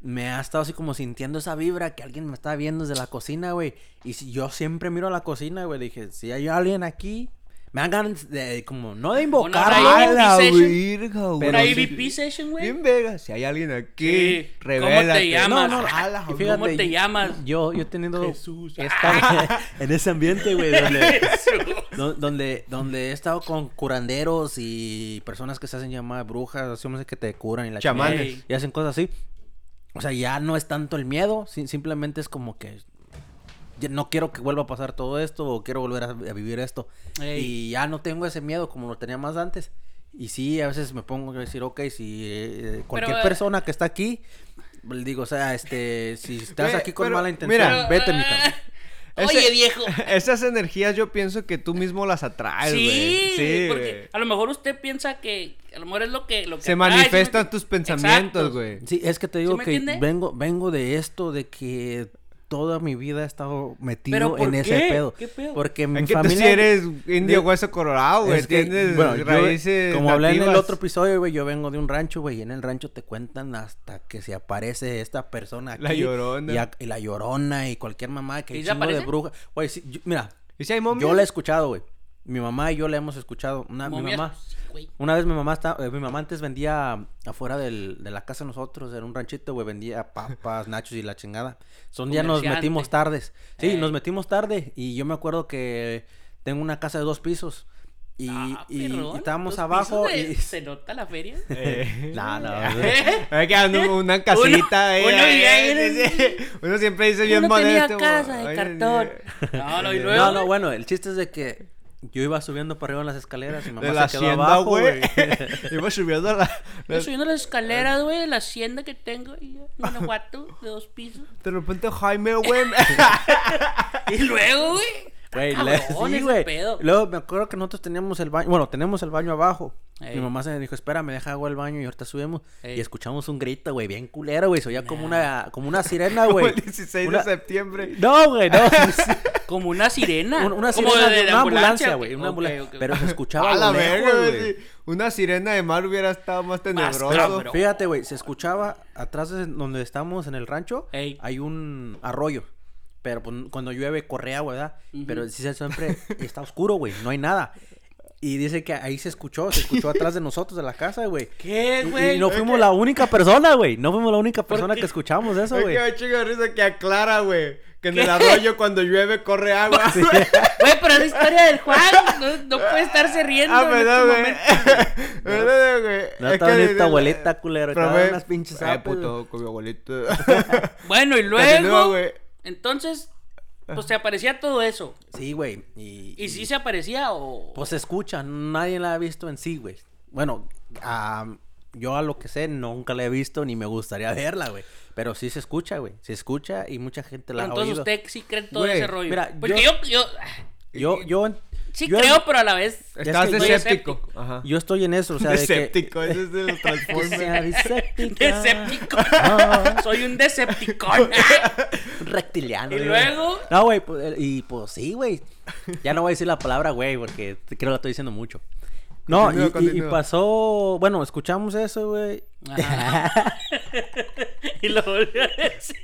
[SPEAKER 2] me ha estado así como sintiendo esa vibra que alguien me está viendo desde la cocina, güey. Y si yo siempre miro a la cocina, güey, dije, si hay alguien aquí, Me dan ganas de, como, no de
[SPEAKER 3] Una
[SPEAKER 2] invocar.
[SPEAKER 3] hora ahí.
[SPEAKER 1] A la
[SPEAKER 3] session.
[SPEAKER 1] virga, güey.
[SPEAKER 2] Pero
[SPEAKER 3] Una
[SPEAKER 2] sí.
[SPEAKER 3] IVP session, güey.
[SPEAKER 1] Bien verga, si hay alguien aquí,
[SPEAKER 3] Sí. ¿Cómo te
[SPEAKER 1] revela.
[SPEAKER 3] llamas?
[SPEAKER 1] No, no, a la
[SPEAKER 2] Y
[SPEAKER 1] virga.
[SPEAKER 3] ¿Cómo te llamas?
[SPEAKER 2] Yo, yo teniendo
[SPEAKER 1] Jesús.
[SPEAKER 2] esta- en ese ambiente, güey, donde, do- donde, donde he estado con curanderos y personas que se hacen llamar brujas, así que te curan y la
[SPEAKER 1] Chamanes.
[SPEAKER 2] chingada,
[SPEAKER 3] Ey.
[SPEAKER 2] y hacen cosas así. O sea, ya no es tanto el miedo, si- simplemente es como que ya no quiero que vuelva a pasar todo esto o quiero volver a, a vivir esto.
[SPEAKER 3] Ey.
[SPEAKER 2] Y ya no tengo ese miedo como lo tenía más antes. Y sí, a veces me pongo a decir, ok, si eh, cualquier
[SPEAKER 3] eh,
[SPEAKER 2] persona que está aquí, le digo, o sea, este, si estás
[SPEAKER 1] Güey,
[SPEAKER 2] aquí con
[SPEAKER 1] pero-
[SPEAKER 2] mala intención,
[SPEAKER 1] mira,
[SPEAKER 2] vete, mi carnal.
[SPEAKER 1] Ese-
[SPEAKER 3] Oye, viejo.
[SPEAKER 1] Esas energías yo pienso que tú mismo las atraes, güey.
[SPEAKER 3] Sí,
[SPEAKER 1] sí,
[SPEAKER 3] porque
[SPEAKER 1] güey.
[SPEAKER 3] a lo mejor usted piensa que a lo mejor es lo que lo que
[SPEAKER 1] Se
[SPEAKER 3] atrae, ¿sí me
[SPEAKER 1] manifiestan
[SPEAKER 3] entiendes?
[SPEAKER 1] tus pensamientos,
[SPEAKER 3] Exacto.
[SPEAKER 1] güey.
[SPEAKER 2] Sí, es que te digo
[SPEAKER 3] me
[SPEAKER 2] que
[SPEAKER 3] entiende?
[SPEAKER 2] vengo, vengo de esto, de que toda mi vida he estado
[SPEAKER 3] ¿Pero
[SPEAKER 2] metido
[SPEAKER 3] por
[SPEAKER 2] en ese
[SPEAKER 3] qué?
[SPEAKER 2] pedo.
[SPEAKER 3] ¿Qué pedo?
[SPEAKER 2] Porque mi
[SPEAKER 1] Es que tú
[SPEAKER 2] familia...
[SPEAKER 1] sí eres indio
[SPEAKER 2] de-
[SPEAKER 1] hueso colorado, güey.
[SPEAKER 2] es que,
[SPEAKER 1] Tienes
[SPEAKER 2] bueno, yo-
[SPEAKER 1] raíces
[SPEAKER 2] como hablé en el
[SPEAKER 1] nativas.
[SPEAKER 2] otro episodio, güey, yo vengo de un rancho, güey, y en el rancho te cuentan hasta que se aparece esta persona aquí.
[SPEAKER 1] La llorona.
[SPEAKER 2] Y, a- y la llorona y cualquier mamá que
[SPEAKER 3] ¿Y
[SPEAKER 2] hay
[SPEAKER 3] se
[SPEAKER 2] chingo de
[SPEAKER 3] aparece?
[SPEAKER 2] bruja. Güey, sí, yo- mira,
[SPEAKER 1] ¿Y si hay momias?
[SPEAKER 2] yo la he escuchado, güey. Mi mamá y yo la hemos escuchado. Una, Ah, mi
[SPEAKER 3] Momias,
[SPEAKER 2] mamá...
[SPEAKER 3] pues, güey.
[SPEAKER 2] Una vez mi mamá estaba, mi mamá antes vendía afuera del- de la casa de nosotros, era un ranchito, güey, vendía papas, nachos y la chingada. So, un día nos
[SPEAKER 3] Comerciante.
[SPEAKER 2] metimos tardes. Sí,
[SPEAKER 3] Ey.
[SPEAKER 2] nos metimos tarde y yo me acuerdo que tengo una casa de dos pisos y,
[SPEAKER 3] Ah,
[SPEAKER 2] y- y
[SPEAKER 3] perrón,
[SPEAKER 2] estábamos
[SPEAKER 3] dos
[SPEAKER 2] abajo
[SPEAKER 3] pisos de-
[SPEAKER 2] y...
[SPEAKER 3] ¿Se nota la feria?
[SPEAKER 1] Eh.
[SPEAKER 2] No, no, güey.
[SPEAKER 3] ¿Eh?
[SPEAKER 1] Hay que dar una casita, eh,
[SPEAKER 3] uno
[SPEAKER 1] eh,
[SPEAKER 3] vivía
[SPEAKER 1] sí, sí. Uno siempre dice bien
[SPEAKER 3] Uno tenía
[SPEAKER 1] modesto.
[SPEAKER 3] casa
[SPEAKER 1] güey.
[SPEAKER 3] de
[SPEAKER 1] Ay,
[SPEAKER 3] cartón.
[SPEAKER 1] sí.
[SPEAKER 3] No, no, y luego...
[SPEAKER 2] No, no, bueno, el chiste es de que yo iba subiendo para arriba en las escaleras y mi mamá
[SPEAKER 1] De la
[SPEAKER 2] se quedó
[SPEAKER 1] hacienda,
[SPEAKER 2] abajo,
[SPEAKER 1] güey.
[SPEAKER 2] güey.
[SPEAKER 1] Iba subiendo la...
[SPEAKER 3] Yo subiendo las escaleras, güey, de la hacienda que tengo y ya, en Guanajuato, de dos pisos.
[SPEAKER 1] De repente Jaime, güey.
[SPEAKER 3] Y luego, güey.
[SPEAKER 2] Güey,
[SPEAKER 3] está
[SPEAKER 2] le-
[SPEAKER 3] cabrón
[SPEAKER 2] sí,
[SPEAKER 3] ese
[SPEAKER 2] güey.
[SPEAKER 3] pedo.
[SPEAKER 2] Luego me acuerdo que nosotros teníamos el baño, bueno, tenemos el baño abajo.
[SPEAKER 3] Ey.
[SPEAKER 2] Mi mamá se dijo, espera, me deja agua el baño y ahorita subimos.
[SPEAKER 3] Ey.
[SPEAKER 2] Y escuchamos un grito, güey, bien culero, güey. Se oía como una, como una sirena, güey.
[SPEAKER 1] el 16
[SPEAKER 2] Una-
[SPEAKER 1] de septiembre.
[SPEAKER 2] No, güey, no.
[SPEAKER 3] Como una sirena.
[SPEAKER 2] Un- una
[SPEAKER 3] Como
[SPEAKER 2] sirena
[SPEAKER 3] de,
[SPEAKER 2] de,
[SPEAKER 3] de
[SPEAKER 2] una ambulancia,
[SPEAKER 3] o
[SPEAKER 2] güey.
[SPEAKER 3] qué?
[SPEAKER 2] Una
[SPEAKER 3] Ok,
[SPEAKER 2] ambulancia.
[SPEAKER 3] ok.
[SPEAKER 2] Pero se escuchaba
[SPEAKER 1] A
[SPEAKER 2] a
[SPEAKER 1] la
[SPEAKER 2] lo lejos,
[SPEAKER 1] verga,
[SPEAKER 2] güey.
[SPEAKER 1] güey. Una sirena de mar hubiera estado más tenebroso.
[SPEAKER 3] cabrón.
[SPEAKER 2] Fíjate, güey, se escuchaba atrás de donde estamos en el rancho,
[SPEAKER 3] Ey.
[SPEAKER 2] hay un arroyo. Pero pues, cuando llueve correa, güey, ¿verdad? Pero sí se- siempre está oscuro, güey, no hay nada. Y dice que ahí se escuchó, se escuchó atrás de nosotros de la casa, güey.
[SPEAKER 3] ¿Qué,
[SPEAKER 2] Y-
[SPEAKER 3] güey?
[SPEAKER 2] Y, no fuimos la única persona, güey. No fuimos la única persona
[SPEAKER 3] qué?
[SPEAKER 2] que escuchamos eso,
[SPEAKER 1] Es
[SPEAKER 2] güey.
[SPEAKER 1] que me chingo de risa que aclara, güey. Que en el arroyo cuando llueve corre agua.
[SPEAKER 3] Güey, pero es la historia del Juan. No, no puede estarse riendo.
[SPEAKER 1] Ah,
[SPEAKER 3] en
[SPEAKER 1] perdón,
[SPEAKER 3] este
[SPEAKER 1] güey.
[SPEAKER 3] momento.
[SPEAKER 1] Perdón, güey.
[SPEAKER 2] No
[SPEAKER 1] Es
[SPEAKER 2] estaba
[SPEAKER 1] que
[SPEAKER 2] ni
[SPEAKER 1] de-
[SPEAKER 2] tu abuelita, culero,
[SPEAKER 1] Pero,
[SPEAKER 2] estaban
[SPEAKER 1] güey,
[SPEAKER 2] unas pinches
[SPEAKER 1] Eh,
[SPEAKER 2] apes,
[SPEAKER 1] puto, con mi abuelito.
[SPEAKER 3] Bueno, y
[SPEAKER 1] Continúa,
[SPEAKER 3] luego.
[SPEAKER 1] güey.
[SPEAKER 3] Entonces, pues se aparecía todo eso.
[SPEAKER 2] Sí, güey. Y,
[SPEAKER 3] ¿Y si se aparecía o.?
[SPEAKER 2] Pues se escucha, nadie la ha visto en sí, güey. Bueno, am, yo a lo que sé nunca la he visto ni me gustaría verla, güey. Pero sí se escucha, güey. Se escucha y mucha gente la
[SPEAKER 3] Pero
[SPEAKER 2] ha
[SPEAKER 3] entonces
[SPEAKER 2] oído.
[SPEAKER 3] usted sí cree en todo
[SPEAKER 2] Güey,
[SPEAKER 3] ese rollo.
[SPEAKER 2] mira,
[SPEAKER 3] Porque yo.
[SPEAKER 2] yo-
[SPEAKER 3] yo,
[SPEAKER 2] Yo, yo,
[SPEAKER 3] sí
[SPEAKER 2] yo,
[SPEAKER 3] creo, pero a la vez.
[SPEAKER 1] Estás
[SPEAKER 2] que
[SPEAKER 3] soy
[SPEAKER 1] escéptico.
[SPEAKER 3] escéptico.
[SPEAKER 1] Ajá.
[SPEAKER 2] yo estoy en eso, o sea, de que...
[SPEAKER 1] Escéptico, ese es de los Transformers.
[SPEAKER 2] Deséptica.
[SPEAKER 3] Decepticón. Soy un Decepticón.
[SPEAKER 2] Reptiliano.
[SPEAKER 3] Y
[SPEAKER 2] güey.
[SPEAKER 3] luego-
[SPEAKER 2] No, güey, pues, eh, y pues sí, güey. Ya no voy a decir la palabra, güey, porque creo que la estoy diciendo mucho. No, y,
[SPEAKER 1] Continúa,
[SPEAKER 2] y- y
[SPEAKER 1] continúa.
[SPEAKER 2] pasó... Bueno, escuchamos eso, güey.
[SPEAKER 3] y lo volvió a decir.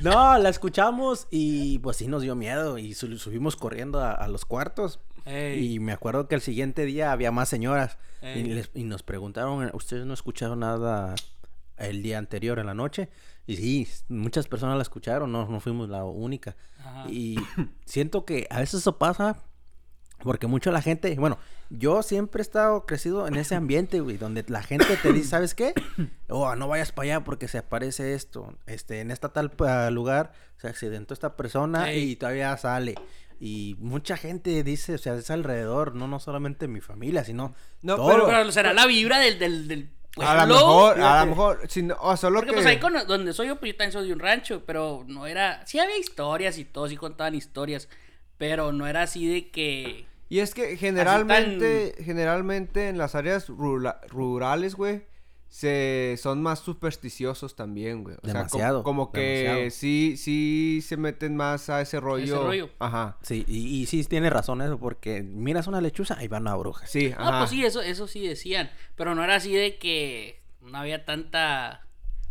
[SPEAKER 2] No, la escuchamos y pues sí nos dio miedo y su- subimos corriendo a, a los cuartos.
[SPEAKER 3] Ey.
[SPEAKER 2] Y me acuerdo que el siguiente día había más señoras y,
[SPEAKER 3] Ey.
[SPEAKER 2] les- y nos preguntaron, ¿ustedes no escucharon nada el día anterior en la noche? Y sí, muchas personas la escucharon, no, no fuimos la única.
[SPEAKER 3] Ajá.
[SPEAKER 2] Y siento que a veces eso pasa porque mucho la gente, bueno, yo siempre he estado crecido en ese ambiente, güey, donde la gente te dice, ¿sabes qué? Oh, no vayas para allá porque se aparece esto. Este, en esta tal pa- lugar se accidentó esta persona
[SPEAKER 3] Ey.
[SPEAKER 2] y todavía sale. Y mucha gente dice, o sea, es alrededor, no, no solamente mi familia, sino
[SPEAKER 1] No,
[SPEAKER 2] todo.
[SPEAKER 1] pero-
[SPEAKER 3] Pero será la vibra del, del, del pueblo.
[SPEAKER 1] A lo mejor, a
[SPEAKER 2] fíjate.
[SPEAKER 1] lo mejor, si no, o solo
[SPEAKER 3] Porque
[SPEAKER 1] que...
[SPEAKER 3] pues ahí con- donde soy yo, pues yo también soy de un rancho, pero no era... Sí había historias y todo, sí contaban historias, pero no era así de que...
[SPEAKER 1] Y es que generalmente, generalmente en las áreas rula- rurales, güey, se son más supersticiosos también, güey. O sea, com-
[SPEAKER 2] Demasiado,
[SPEAKER 1] como que
[SPEAKER 2] demasiado.
[SPEAKER 1] sí, sí se meten más a ese rollo.
[SPEAKER 3] rollo.
[SPEAKER 1] Ajá.
[SPEAKER 2] Sí, y, y sí tiene razón eso, porque miras una lechuza, ahí va una bruja.
[SPEAKER 1] Sí,
[SPEAKER 3] No,
[SPEAKER 1] ajá.
[SPEAKER 3] pues sí, eso, eso sí decían, pero no era así de que no había tanta...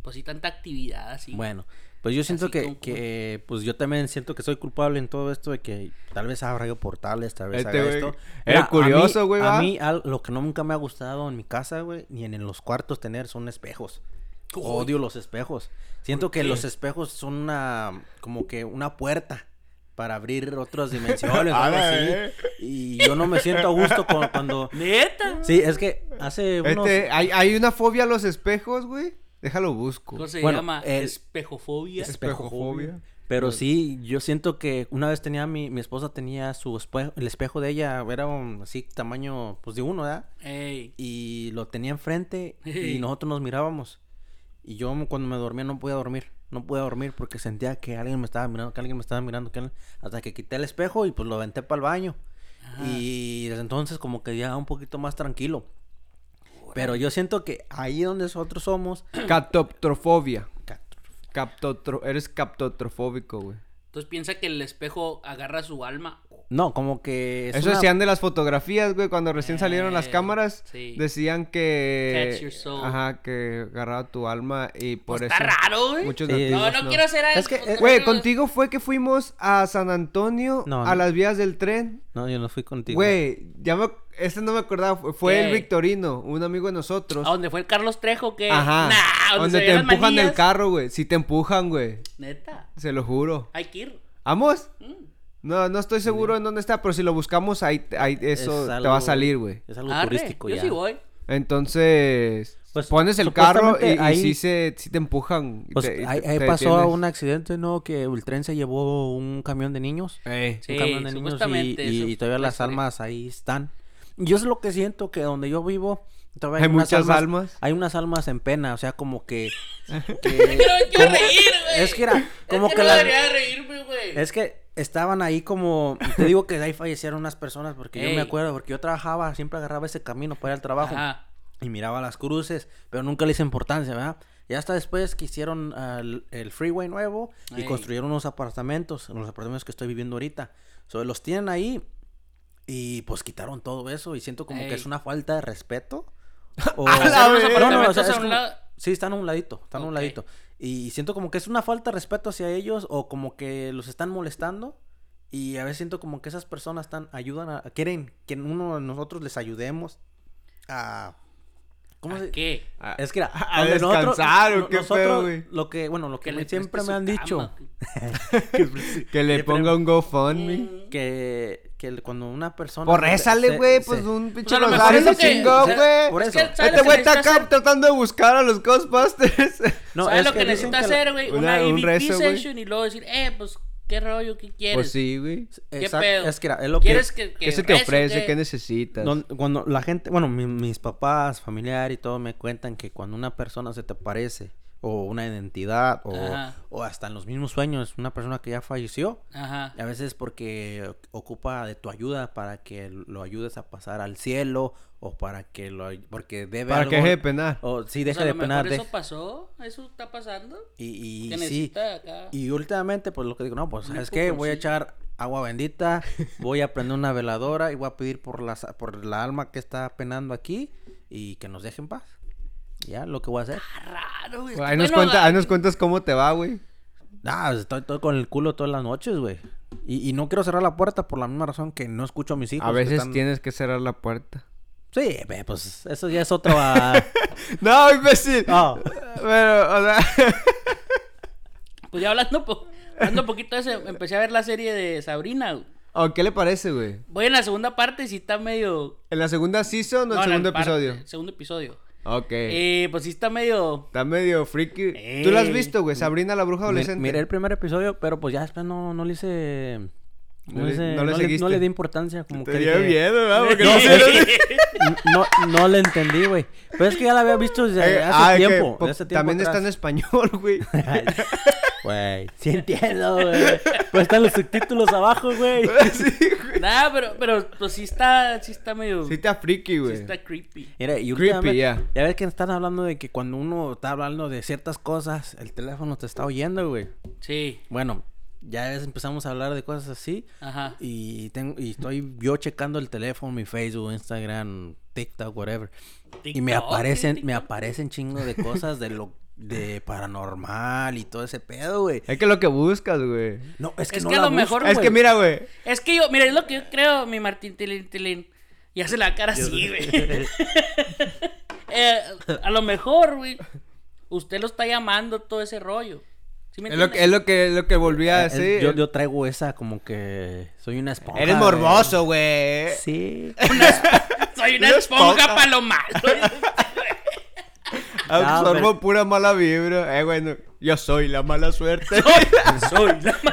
[SPEAKER 3] Pues sí, tanta actividad así.
[SPEAKER 2] Bueno, Pues yo siento
[SPEAKER 3] Así
[SPEAKER 2] que,
[SPEAKER 3] como-
[SPEAKER 2] que, pues yo también siento que soy culpable en todo esto de que tal vez abra yo portales, tal vez
[SPEAKER 1] Este
[SPEAKER 2] haga
[SPEAKER 1] güey
[SPEAKER 2] esto.
[SPEAKER 1] era
[SPEAKER 2] Mira, a mí-
[SPEAKER 1] curioso, güey,
[SPEAKER 2] A
[SPEAKER 1] ¿va?
[SPEAKER 2] mí, al- lo que no nunca me ha gustado en mi casa, güey, ni en, en los cuartos tener son espejos.
[SPEAKER 3] Uy.
[SPEAKER 2] Odio los espejos. Siento que
[SPEAKER 3] qué?
[SPEAKER 2] los espejos son una, como que una puerta para abrir otras dimensiones,
[SPEAKER 1] A
[SPEAKER 2] algo
[SPEAKER 1] la
[SPEAKER 2] así.
[SPEAKER 1] ver-
[SPEAKER 2] Y yo no me siento a gusto con- cuando...
[SPEAKER 3] Neta.
[SPEAKER 2] Sí, es que hace unos...
[SPEAKER 1] Este, hay, hay una fobia a los espejos, güey. Déjalo busco.
[SPEAKER 3] ¿Cómo se
[SPEAKER 2] Bueno,
[SPEAKER 3] llama?
[SPEAKER 2] el-
[SPEAKER 3] Espejofobia.
[SPEAKER 1] Es- Espejofobia.
[SPEAKER 2] Pero sí, yo siento que una vez tenía mi, mi esposa tenía su espejo, el espejo de ella era un, así tamaño pues de uno, ¿verdad?
[SPEAKER 3] Ey.
[SPEAKER 2] Y lo tenía enfrente y
[SPEAKER 3] Ey.
[SPEAKER 2] nosotros nos mirábamos. Y yo m- cuando me dormía no podía dormir, no podía dormir porque sentía que alguien me estaba mirando, que alguien me estaba mirando, que alguien- hasta que quité el espejo y pues lo aventé para el baño.
[SPEAKER 3] Ajá.
[SPEAKER 2] Y desde entonces como que ya un poquito más tranquilo. Pero yo siento que ahí donde nosotros somos,
[SPEAKER 1] Captotrofobia. Captotro... Eres captotrofóbico, güey.
[SPEAKER 3] Entonces piensa que el espejo agarra su alma.
[SPEAKER 2] no, como que... es
[SPEAKER 1] Eso
[SPEAKER 2] una-
[SPEAKER 1] decían de las fotografías, güey. Cuando recién salieron las
[SPEAKER 3] Eh,
[SPEAKER 1] cámaras,
[SPEAKER 3] sí.
[SPEAKER 1] decían que.
[SPEAKER 3] Catch your soul. Pues
[SPEAKER 1] Ajá, que agarraba tu alma y por
[SPEAKER 3] Está
[SPEAKER 1] eso.
[SPEAKER 3] raro, güey.
[SPEAKER 1] Muchos
[SPEAKER 2] Sí.
[SPEAKER 3] No,
[SPEAKER 1] nativos
[SPEAKER 3] no,
[SPEAKER 1] no.
[SPEAKER 3] quiero hacer
[SPEAKER 2] Es que,
[SPEAKER 3] algo.
[SPEAKER 2] eh,
[SPEAKER 1] Güey, contigo fue que fuimos a San Antonio,
[SPEAKER 2] No,
[SPEAKER 1] a
[SPEAKER 2] no.
[SPEAKER 1] las vías del tren.
[SPEAKER 2] No, yo no fui contigo.
[SPEAKER 1] Güey, ya me. Este no me acordaba. Fue, fue
[SPEAKER 3] ¿Qué?
[SPEAKER 1] el Victorino, un amigo de nosotros.
[SPEAKER 3] ¿A dónde fue el Carlos Trejo? que
[SPEAKER 1] Ajá.
[SPEAKER 3] Nah, donde
[SPEAKER 1] donde
[SPEAKER 3] se
[SPEAKER 1] te
[SPEAKER 3] veían las
[SPEAKER 1] empujan
[SPEAKER 3] manillas.
[SPEAKER 1] el carro, güey. Si te empujan, güey.
[SPEAKER 3] Neta.
[SPEAKER 1] Se lo juro.
[SPEAKER 3] Hay que ir.
[SPEAKER 1] ¿Vamos?
[SPEAKER 3] Mm.
[SPEAKER 1] No, no estoy seguro en dónde está, pero si lo buscamos, ahí, ahí
[SPEAKER 2] Es
[SPEAKER 1] eso te
[SPEAKER 2] algo-
[SPEAKER 1] va a salir, güey.
[SPEAKER 2] Es algo
[SPEAKER 3] Arre,
[SPEAKER 2] turístico
[SPEAKER 3] yo
[SPEAKER 2] ya.
[SPEAKER 3] sí voy.
[SPEAKER 1] Entonces,
[SPEAKER 2] Pues,
[SPEAKER 1] pones el carro y, y
[SPEAKER 2] supuestamente ahí-
[SPEAKER 1] sí, se, sí te empujan. y
[SPEAKER 2] Pues
[SPEAKER 1] te- y
[SPEAKER 2] ahí,
[SPEAKER 1] te-
[SPEAKER 2] ahí
[SPEAKER 1] te
[SPEAKER 2] pasó
[SPEAKER 1] detienes.
[SPEAKER 2] un accidente, ¿no? Que el tren se llevó un camión de niños.
[SPEAKER 1] Ey.
[SPEAKER 3] Sí,
[SPEAKER 2] un camión de niños y-
[SPEAKER 3] supuestamente,
[SPEAKER 2] y,
[SPEAKER 3] eso
[SPEAKER 2] y todavía
[SPEAKER 3] fue
[SPEAKER 2] las
[SPEAKER 3] historia.
[SPEAKER 2] almas ahí están. Yo es lo que siento que donde yo vivo todavía
[SPEAKER 1] Hay
[SPEAKER 2] unas
[SPEAKER 1] muchas almas.
[SPEAKER 2] Hay unas almas en pena, o sea, como que...
[SPEAKER 3] Yo
[SPEAKER 2] que-
[SPEAKER 3] no quiero reír, güey.
[SPEAKER 2] es que era como
[SPEAKER 3] es que,
[SPEAKER 2] que
[SPEAKER 3] no
[SPEAKER 2] las-
[SPEAKER 3] debería de reírme, güey.
[SPEAKER 2] Es que estaban ahí como... Te digo que ahí fallecieron unas personas porque yo
[SPEAKER 3] Ey.
[SPEAKER 2] me acuerdo, porque yo trabajaba, siempre agarraba ese camino para ir al trabajo.
[SPEAKER 3] Ajá.
[SPEAKER 2] y miraba las cruces, pero nunca le hice importancia, ¿verdad? Y hasta después que hicieron ah, el, el freeway nuevo y
[SPEAKER 3] Ey.
[SPEAKER 2] construyeron unos apartamentos, los apartamentos que estoy viviendo ahorita. So, los tienen ahí y pues quitaron todo eso y siento como
[SPEAKER 3] Ey.
[SPEAKER 2] que es una falta de respeto. O...
[SPEAKER 1] A la
[SPEAKER 2] No, no,
[SPEAKER 1] vez.
[SPEAKER 2] o sea,
[SPEAKER 3] Apartamentos
[SPEAKER 2] es
[SPEAKER 3] a un
[SPEAKER 2] como-
[SPEAKER 3] lado.
[SPEAKER 2] Sí, están a un ladito, están a un
[SPEAKER 3] Ok.
[SPEAKER 2] ladito. Y siento como que es una falta de respeto hacia ellos o como que los están molestando. Y a veces siento como que esas personas están, ayudan a, quieren que uno de nosotros les ayudemos a... ¿Cómo
[SPEAKER 3] ¿A
[SPEAKER 2] se-
[SPEAKER 3] ¿Qué?
[SPEAKER 1] Ah,
[SPEAKER 2] es que a,
[SPEAKER 1] a descansar, ¿o qué pedo, güey?
[SPEAKER 2] Lo que, bueno, lo que,
[SPEAKER 3] Que le
[SPEAKER 2] siempre
[SPEAKER 3] preste
[SPEAKER 2] me
[SPEAKER 3] su
[SPEAKER 2] han dicho,
[SPEAKER 3] cama.
[SPEAKER 1] que le
[SPEAKER 2] le
[SPEAKER 1] ponga un GoFundMe.
[SPEAKER 3] Mm.
[SPEAKER 2] que, que el- cuando una persona...
[SPEAKER 1] Pues
[SPEAKER 2] se-
[SPEAKER 1] rézale,
[SPEAKER 2] se-
[SPEAKER 1] güey,
[SPEAKER 2] se-
[SPEAKER 1] pues un
[SPEAKER 3] Pues,
[SPEAKER 1] pinche
[SPEAKER 3] a lo mejor
[SPEAKER 1] rosario
[SPEAKER 3] es lo
[SPEAKER 1] se
[SPEAKER 3] que-
[SPEAKER 1] chingó,
[SPEAKER 3] o sea,
[SPEAKER 1] güey.
[SPEAKER 2] Por
[SPEAKER 3] Es
[SPEAKER 2] eso.
[SPEAKER 3] que, ¿sabes
[SPEAKER 1] Este
[SPEAKER 3] lo que
[SPEAKER 1] güey está
[SPEAKER 3] necesita
[SPEAKER 1] acá
[SPEAKER 3] hacer?
[SPEAKER 1] tratando de buscar a los Ghostbusters.
[SPEAKER 2] No,
[SPEAKER 3] ¿Sabes
[SPEAKER 2] es
[SPEAKER 3] lo que,
[SPEAKER 2] que dicen que
[SPEAKER 3] necesita
[SPEAKER 2] la-
[SPEAKER 3] hacer, güey?
[SPEAKER 1] una-
[SPEAKER 3] Una,
[SPEAKER 1] un
[SPEAKER 3] EVP
[SPEAKER 1] rezo, güey.
[SPEAKER 3] session y luego decir, eh, pues, ¿qué rollo? ¿Qué quieres?
[SPEAKER 1] Pues sí, güey.
[SPEAKER 3] ¿Qué
[SPEAKER 2] Exacto,
[SPEAKER 3] pedo?
[SPEAKER 2] Es que era- es lo que...
[SPEAKER 3] ¿Quieres que, que
[SPEAKER 1] ¿Qué se te
[SPEAKER 3] rezo,
[SPEAKER 1] ofrece?
[SPEAKER 3] qué?
[SPEAKER 1] ¿Qué necesitas?
[SPEAKER 2] Don- cuando la gente, bueno, mi- mis papás, familiar y todo me cuentan que cuando una persona se te parece o una identidad o,
[SPEAKER 3] Ajá.
[SPEAKER 2] o hasta en los mismos sueños, una persona que ya falleció,
[SPEAKER 3] Ajá.
[SPEAKER 2] a veces porque ocupa de tu ayuda para que lo ayudes a pasar al cielo o para que lo ay- porque debe
[SPEAKER 1] Para
[SPEAKER 2] algo-
[SPEAKER 1] que deje de penar.
[SPEAKER 2] o sí
[SPEAKER 3] O
[SPEAKER 2] deja
[SPEAKER 3] sea, a
[SPEAKER 2] de
[SPEAKER 3] lo mejor
[SPEAKER 2] penar de-
[SPEAKER 3] eso pasó, eso está pasando.
[SPEAKER 2] y, y
[SPEAKER 3] que
[SPEAKER 2] sí
[SPEAKER 3] necesita acá.
[SPEAKER 2] y últimamente pues lo que digo no pues
[SPEAKER 3] Un
[SPEAKER 2] sabes qué voy a
[SPEAKER 3] empujoncillo.
[SPEAKER 2] echar agua bendita voy a prender una veladora y voy a pedir por la por la alma que está penando aquí y que nos dejen paz ya lo que voy a hacer
[SPEAKER 3] Ah, Raro, güey.
[SPEAKER 1] Ahí nos,
[SPEAKER 3] Bueno, ah,
[SPEAKER 1] cuenta- ahí nos cuentas cómo te va, güey.
[SPEAKER 2] Ah, estoy todo con el culo todas las noches güey y, y no quiero cerrar la puerta por la misma razón que no escucho a mis hijos
[SPEAKER 1] A
[SPEAKER 2] que
[SPEAKER 1] veces
[SPEAKER 2] pues, están-
[SPEAKER 1] tienes que cerrar la puerta.
[SPEAKER 2] Sí, ve, pues eso ya es otro. ah,
[SPEAKER 1] No, imbécil.
[SPEAKER 2] no.
[SPEAKER 1] Ah, Pero, o sea,
[SPEAKER 3] Pues ya hablando, po- hablando un poquito de eso, empecé a ver la serie de Sabrina. güey.
[SPEAKER 1] ¿o ¿qué le parece, güey?
[SPEAKER 3] Voy en la segunda parte y sí está medio...
[SPEAKER 1] ¿En la segunda season o el
[SPEAKER 3] no, en la
[SPEAKER 1] segundo
[SPEAKER 3] parte-
[SPEAKER 1] episodio?
[SPEAKER 3] Segundo episodio.
[SPEAKER 1] Ok.
[SPEAKER 3] Eh, pues sí está medio...
[SPEAKER 1] Está medio freaky. ¿Tú la has
[SPEAKER 3] Ey.
[SPEAKER 1] visto, güey? Sabrina la bruja
[SPEAKER 2] Mi-
[SPEAKER 1] adolescente.
[SPEAKER 2] Miré el primer episodio, pero pues ya después no, no le hice.
[SPEAKER 1] No
[SPEAKER 2] No,
[SPEAKER 1] le-
[SPEAKER 2] le, hice-
[SPEAKER 1] no
[SPEAKER 2] no,
[SPEAKER 1] le
[SPEAKER 2] le, no
[SPEAKER 1] seguiste.
[SPEAKER 2] le di importancia. Como
[SPEAKER 1] Te
[SPEAKER 2] que
[SPEAKER 1] dio
[SPEAKER 2] dije,
[SPEAKER 1] miedo, ¿verdad? Porque no
[SPEAKER 2] No,
[SPEAKER 1] sé. Eh,
[SPEAKER 2] güey. no, no le entendí, güey. Pero es que ya la había visto desde
[SPEAKER 1] Eh,
[SPEAKER 2] hace,
[SPEAKER 1] ah, que
[SPEAKER 2] tiempo,
[SPEAKER 1] po-
[SPEAKER 2] de hace tiempo.
[SPEAKER 1] También está en
[SPEAKER 2] atrás.
[SPEAKER 1] español, güey.
[SPEAKER 2] Ay, Güey, sí entiendo, güey. Pues están los subtítulos abajo, güey.
[SPEAKER 1] sí, güey.
[SPEAKER 3] Nada, pero, pero pues sí está, sí está medio...
[SPEAKER 1] Sí está freaky,
[SPEAKER 3] sí
[SPEAKER 1] güey.
[SPEAKER 3] está creepy.
[SPEAKER 2] Mira, y
[SPEAKER 1] Creepy,
[SPEAKER 2] últimamente,
[SPEAKER 1] ya.
[SPEAKER 2] ya ves que están hablando de que cuando uno está hablando de ciertas cosas, el teléfono te está oyendo, güey.
[SPEAKER 3] Sí,
[SPEAKER 2] Bueno, ya ves, empezamos a hablar de cosas así.
[SPEAKER 3] ajá.
[SPEAKER 2] Y, tengo, y estoy yo checando el teléfono, mi Facebook, Instagram, TikTok, whatever. Y me
[SPEAKER 3] TikTok,
[SPEAKER 2] aparecen,
[SPEAKER 3] sí,
[SPEAKER 2] me aparecen chingo de cosas de lo de paranormal y todo ese pedo, güey.
[SPEAKER 1] Es que lo que buscas, güey.
[SPEAKER 2] No, es que
[SPEAKER 3] Es
[SPEAKER 2] no
[SPEAKER 3] que a
[SPEAKER 2] la
[SPEAKER 3] lo mejor,
[SPEAKER 2] buscas,
[SPEAKER 1] Es que
[SPEAKER 2] güey.
[SPEAKER 1] mira, güey.
[SPEAKER 3] Es que yo, mira, es lo que yo creo, mi Martín Tilín Tilín. Y hace la cara así, güey. Eh, a lo mejor, güey, usted lo está llamando todo ese rollo. ¿Sí me
[SPEAKER 1] Es lo, que- es
[SPEAKER 3] entiendes?
[SPEAKER 1] lo que, lo que volví a
[SPEAKER 2] Es-
[SPEAKER 1] decir.
[SPEAKER 2] Eh, yo, yo traigo esa como que soy una esponja.
[SPEAKER 1] Eres
[SPEAKER 2] güey.
[SPEAKER 1] morboso, güey.
[SPEAKER 2] Sí.
[SPEAKER 3] Soy una
[SPEAKER 1] Una
[SPEAKER 3] esponja
[SPEAKER 1] esponja.
[SPEAKER 3] para lo malo.
[SPEAKER 1] Absorbo
[SPEAKER 2] pero-
[SPEAKER 1] pura mala vibra. Eh, bueno, yo soy la mala suerte.
[SPEAKER 3] Soy la mala.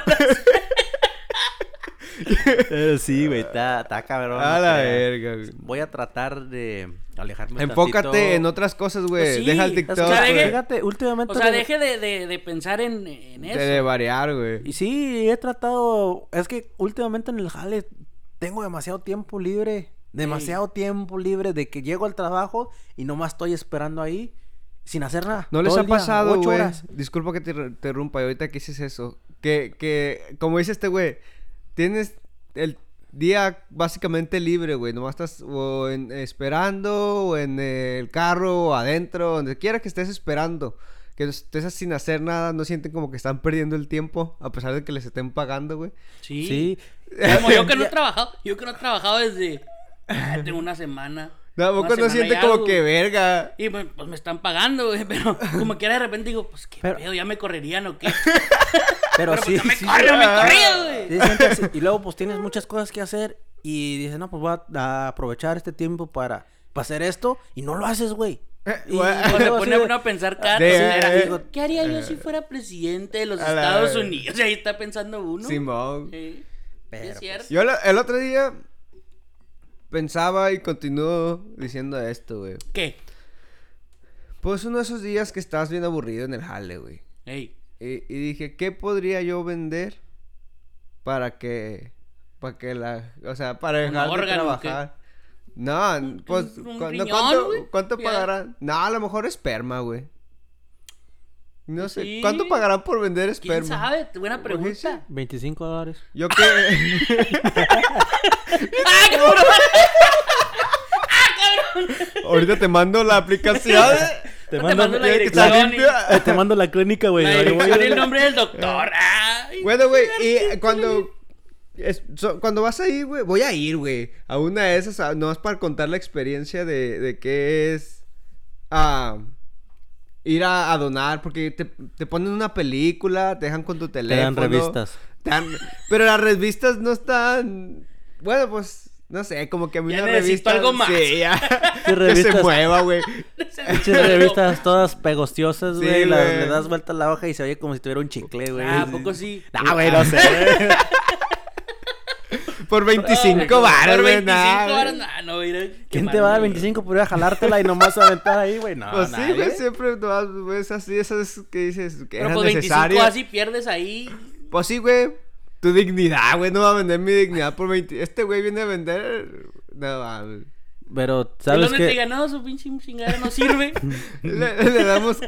[SPEAKER 2] Pero sí, güey, está, está cabrón.
[SPEAKER 1] A
[SPEAKER 2] no
[SPEAKER 1] la
[SPEAKER 2] creas.
[SPEAKER 1] verga, güey.
[SPEAKER 2] Voy a tratar de alejarme
[SPEAKER 1] Enfócate
[SPEAKER 2] tantito.
[SPEAKER 1] en otras cosas, güey.
[SPEAKER 3] Pues sí,
[SPEAKER 1] Deja el
[SPEAKER 3] es que
[SPEAKER 1] TikTok.
[SPEAKER 2] Es que,
[SPEAKER 3] sea,
[SPEAKER 1] güey.
[SPEAKER 3] deje-
[SPEAKER 2] fíjate, últimamente...
[SPEAKER 3] O sea,
[SPEAKER 2] le-
[SPEAKER 3] deje de, de- de pensar en, en
[SPEAKER 1] De,
[SPEAKER 3] eso.
[SPEAKER 1] de variar, güey.
[SPEAKER 2] Y sí, he tratado... Es que últimamente en el jale tengo demasiado tiempo libre. Demasiado tiempo libre de que llego al trabajo y nomás estoy esperando ahí sin hacer nada.
[SPEAKER 1] ¿No les
[SPEAKER 2] todo
[SPEAKER 1] ha
[SPEAKER 2] el día,
[SPEAKER 1] pasado,
[SPEAKER 2] ocho
[SPEAKER 1] güey?
[SPEAKER 2] horas.
[SPEAKER 1] Disculpa que te re- interrumpa. y Ahorita que dices eso. Que, que, como dice este güey, tienes el día básicamente libre, güey. Nomás estás o en- esperando, o en el carro, o adentro, donde quiera que estés esperando. Que estés sin hacer nada, no sienten como que están perdiendo el tiempo, a pesar de que les estén pagando, güey.
[SPEAKER 3] Sí.
[SPEAKER 2] Sí.
[SPEAKER 3] Como yo que no he trabajado, yo que no he trabajado desde ah, tengo una semana. una
[SPEAKER 1] Tampoco no
[SPEAKER 3] semana y
[SPEAKER 1] sienten
[SPEAKER 3] algo.
[SPEAKER 1] como que verga.
[SPEAKER 3] Y pues, pues, me están pagando, güey, pero como que de repente digo, pues qué
[SPEAKER 2] Pero-
[SPEAKER 3] pedo, ya me correrían o qué.
[SPEAKER 2] Pero,
[SPEAKER 3] Pero
[SPEAKER 2] sí,
[SPEAKER 3] pues
[SPEAKER 2] sí.
[SPEAKER 3] ya me corren, me
[SPEAKER 1] Ah.
[SPEAKER 3] corrían, güey.
[SPEAKER 2] Sí, siempre así. Y luego pues tienes muchas cosas que hacer y dices, no, pues voy a, a aprovechar este tiempo para, para hacer esto y no lo haces, güey. Y-
[SPEAKER 1] Eh, güey.
[SPEAKER 2] y
[SPEAKER 3] O se
[SPEAKER 2] luego
[SPEAKER 3] pone
[SPEAKER 2] así de-
[SPEAKER 3] uno a pensar cada
[SPEAKER 1] De-
[SPEAKER 3] tontera.
[SPEAKER 1] eh,
[SPEAKER 3] Digo, ¿qué haría yo si fuera presidente de los
[SPEAKER 1] a la-
[SPEAKER 3] Estados Unidos? Y ahí está pensando uno.
[SPEAKER 1] Simón.
[SPEAKER 3] Sí.
[SPEAKER 2] Pero,
[SPEAKER 3] Sí, es cierto.
[SPEAKER 1] pues, Yo la- el otro día pensaba y continuo diciendo esto, güey.
[SPEAKER 3] ¿Qué?
[SPEAKER 1] Pues uno de esos días que estás bien aburrido en el jale, güey.
[SPEAKER 3] Ey.
[SPEAKER 1] Y, y dije, ¿qué podría yo vender para que... Para que la... O sea, para
[SPEAKER 3] ¿Un
[SPEAKER 1] dejar de
[SPEAKER 3] órgano o
[SPEAKER 1] trabajar. No, n- pues...
[SPEAKER 3] un- un
[SPEAKER 1] cu- no,
[SPEAKER 3] riñón,
[SPEAKER 1] ¿Cuánto,
[SPEAKER 3] güey?
[SPEAKER 1] cuánto
[SPEAKER 3] Ya.
[SPEAKER 1] pagarán? No, a lo mejor esperma, güey. No sé,
[SPEAKER 3] Sí.
[SPEAKER 1] ¿cuánto pagarán por vender esperma?
[SPEAKER 3] ¿Quién sabe? Buena
[SPEAKER 1] Porque sí.
[SPEAKER 3] pregunta.
[SPEAKER 2] 25 dólares.
[SPEAKER 1] Yo que...
[SPEAKER 3] ¡Ah, qué puro-
[SPEAKER 1] Ahorita te mando la aplicación.
[SPEAKER 2] Te
[SPEAKER 3] Te
[SPEAKER 2] mando- eh,
[SPEAKER 3] mando la
[SPEAKER 1] Tiene que estar
[SPEAKER 3] dirección. ¿eh? y-
[SPEAKER 1] limpia.
[SPEAKER 2] te mando la clínica, güey.
[SPEAKER 3] La
[SPEAKER 2] ahí voy.
[SPEAKER 3] dirección y el nombre del doctor. Ay.
[SPEAKER 1] Bueno, güey, y cuando. es- so- cuando vas a ir, güey, voy a ir, güey, a una de esas, a- nomás para contar la experiencia de, de qué es ah, ir a, a donar, porque te, te ponen una película, te dejan con tu
[SPEAKER 2] Te
[SPEAKER 1] teléfono.
[SPEAKER 2] dan revistas.
[SPEAKER 1] te dan- pero las revistas no están, bueno, pues, no sé, como que a mí
[SPEAKER 3] Ya
[SPEAKER 1] una
[SPEAKER 3] necesito
[SPEAKER 1] revista...
[SPEAKER 3] algo más.
[SPEAKER 1] Sí, ya, que se
[SPEAKER 2] revistas?
[SPEAKER 1] mueva, güey.
[SPEAKER 2] Pinches revistas todas pegostiosas,
[SPEAKER 1] Sí,
[SPEAKER 2] güey. las-
[SPEAKER 1] güey.
[SPEAKER 2] le das vuelta a la hoja y se oye como si tuviera un chicle, güey.
[SPEAKER 3] Ah, ¿a poco sí?
[SPEAKER 2] Ah, güey, no sé.
[SPEAKER 1] Por 25
[SPEAKER 3] Por
[SPEAKER 1] varas, güey,
[SPEAKER 3] 25
[SPEAKER 1] nada,
[SPEAKER 3] varas, nah, no, mira,
[SPEAKER 2] ¿Quién
[SPEAKER 3] qué
[SPEAKER 2] te va a dar
[SPEAKER 3] mal,
[SPEAKER 2] 25 por ir a jalártela y nomás aventar ahí, güey? No,
[SPEAKER 1] Pues sí,
[SPEAKER 2] nadie.
[SPEAKER 1] güey, siempre nomás, güey, es así, esas que dices que
[SPEAKER 3] Pero
[SPEAKER 1] eran
[SPEAKER 3] pues 25
[SPEAKER 1] necesarias.
[SPEAKER 3] así pierdes ahí.
[SPEAKER 1] Pues sí, güey. Tu dignidad, güey. No va a vender mi dignidad por 20. Este güey viene a vender. No mames.
[SPEAKER 2] Pero,
[SPEAKER 3] ¿Sabes
[SPEAKER 2] ¿sabes
[SPEAKER 3] dónde te
[SPEAKER 2] qué?
[SPEAKER 3] ganó su pinche chingada? No sirve.
[SPEAKER 1] Le, le damos.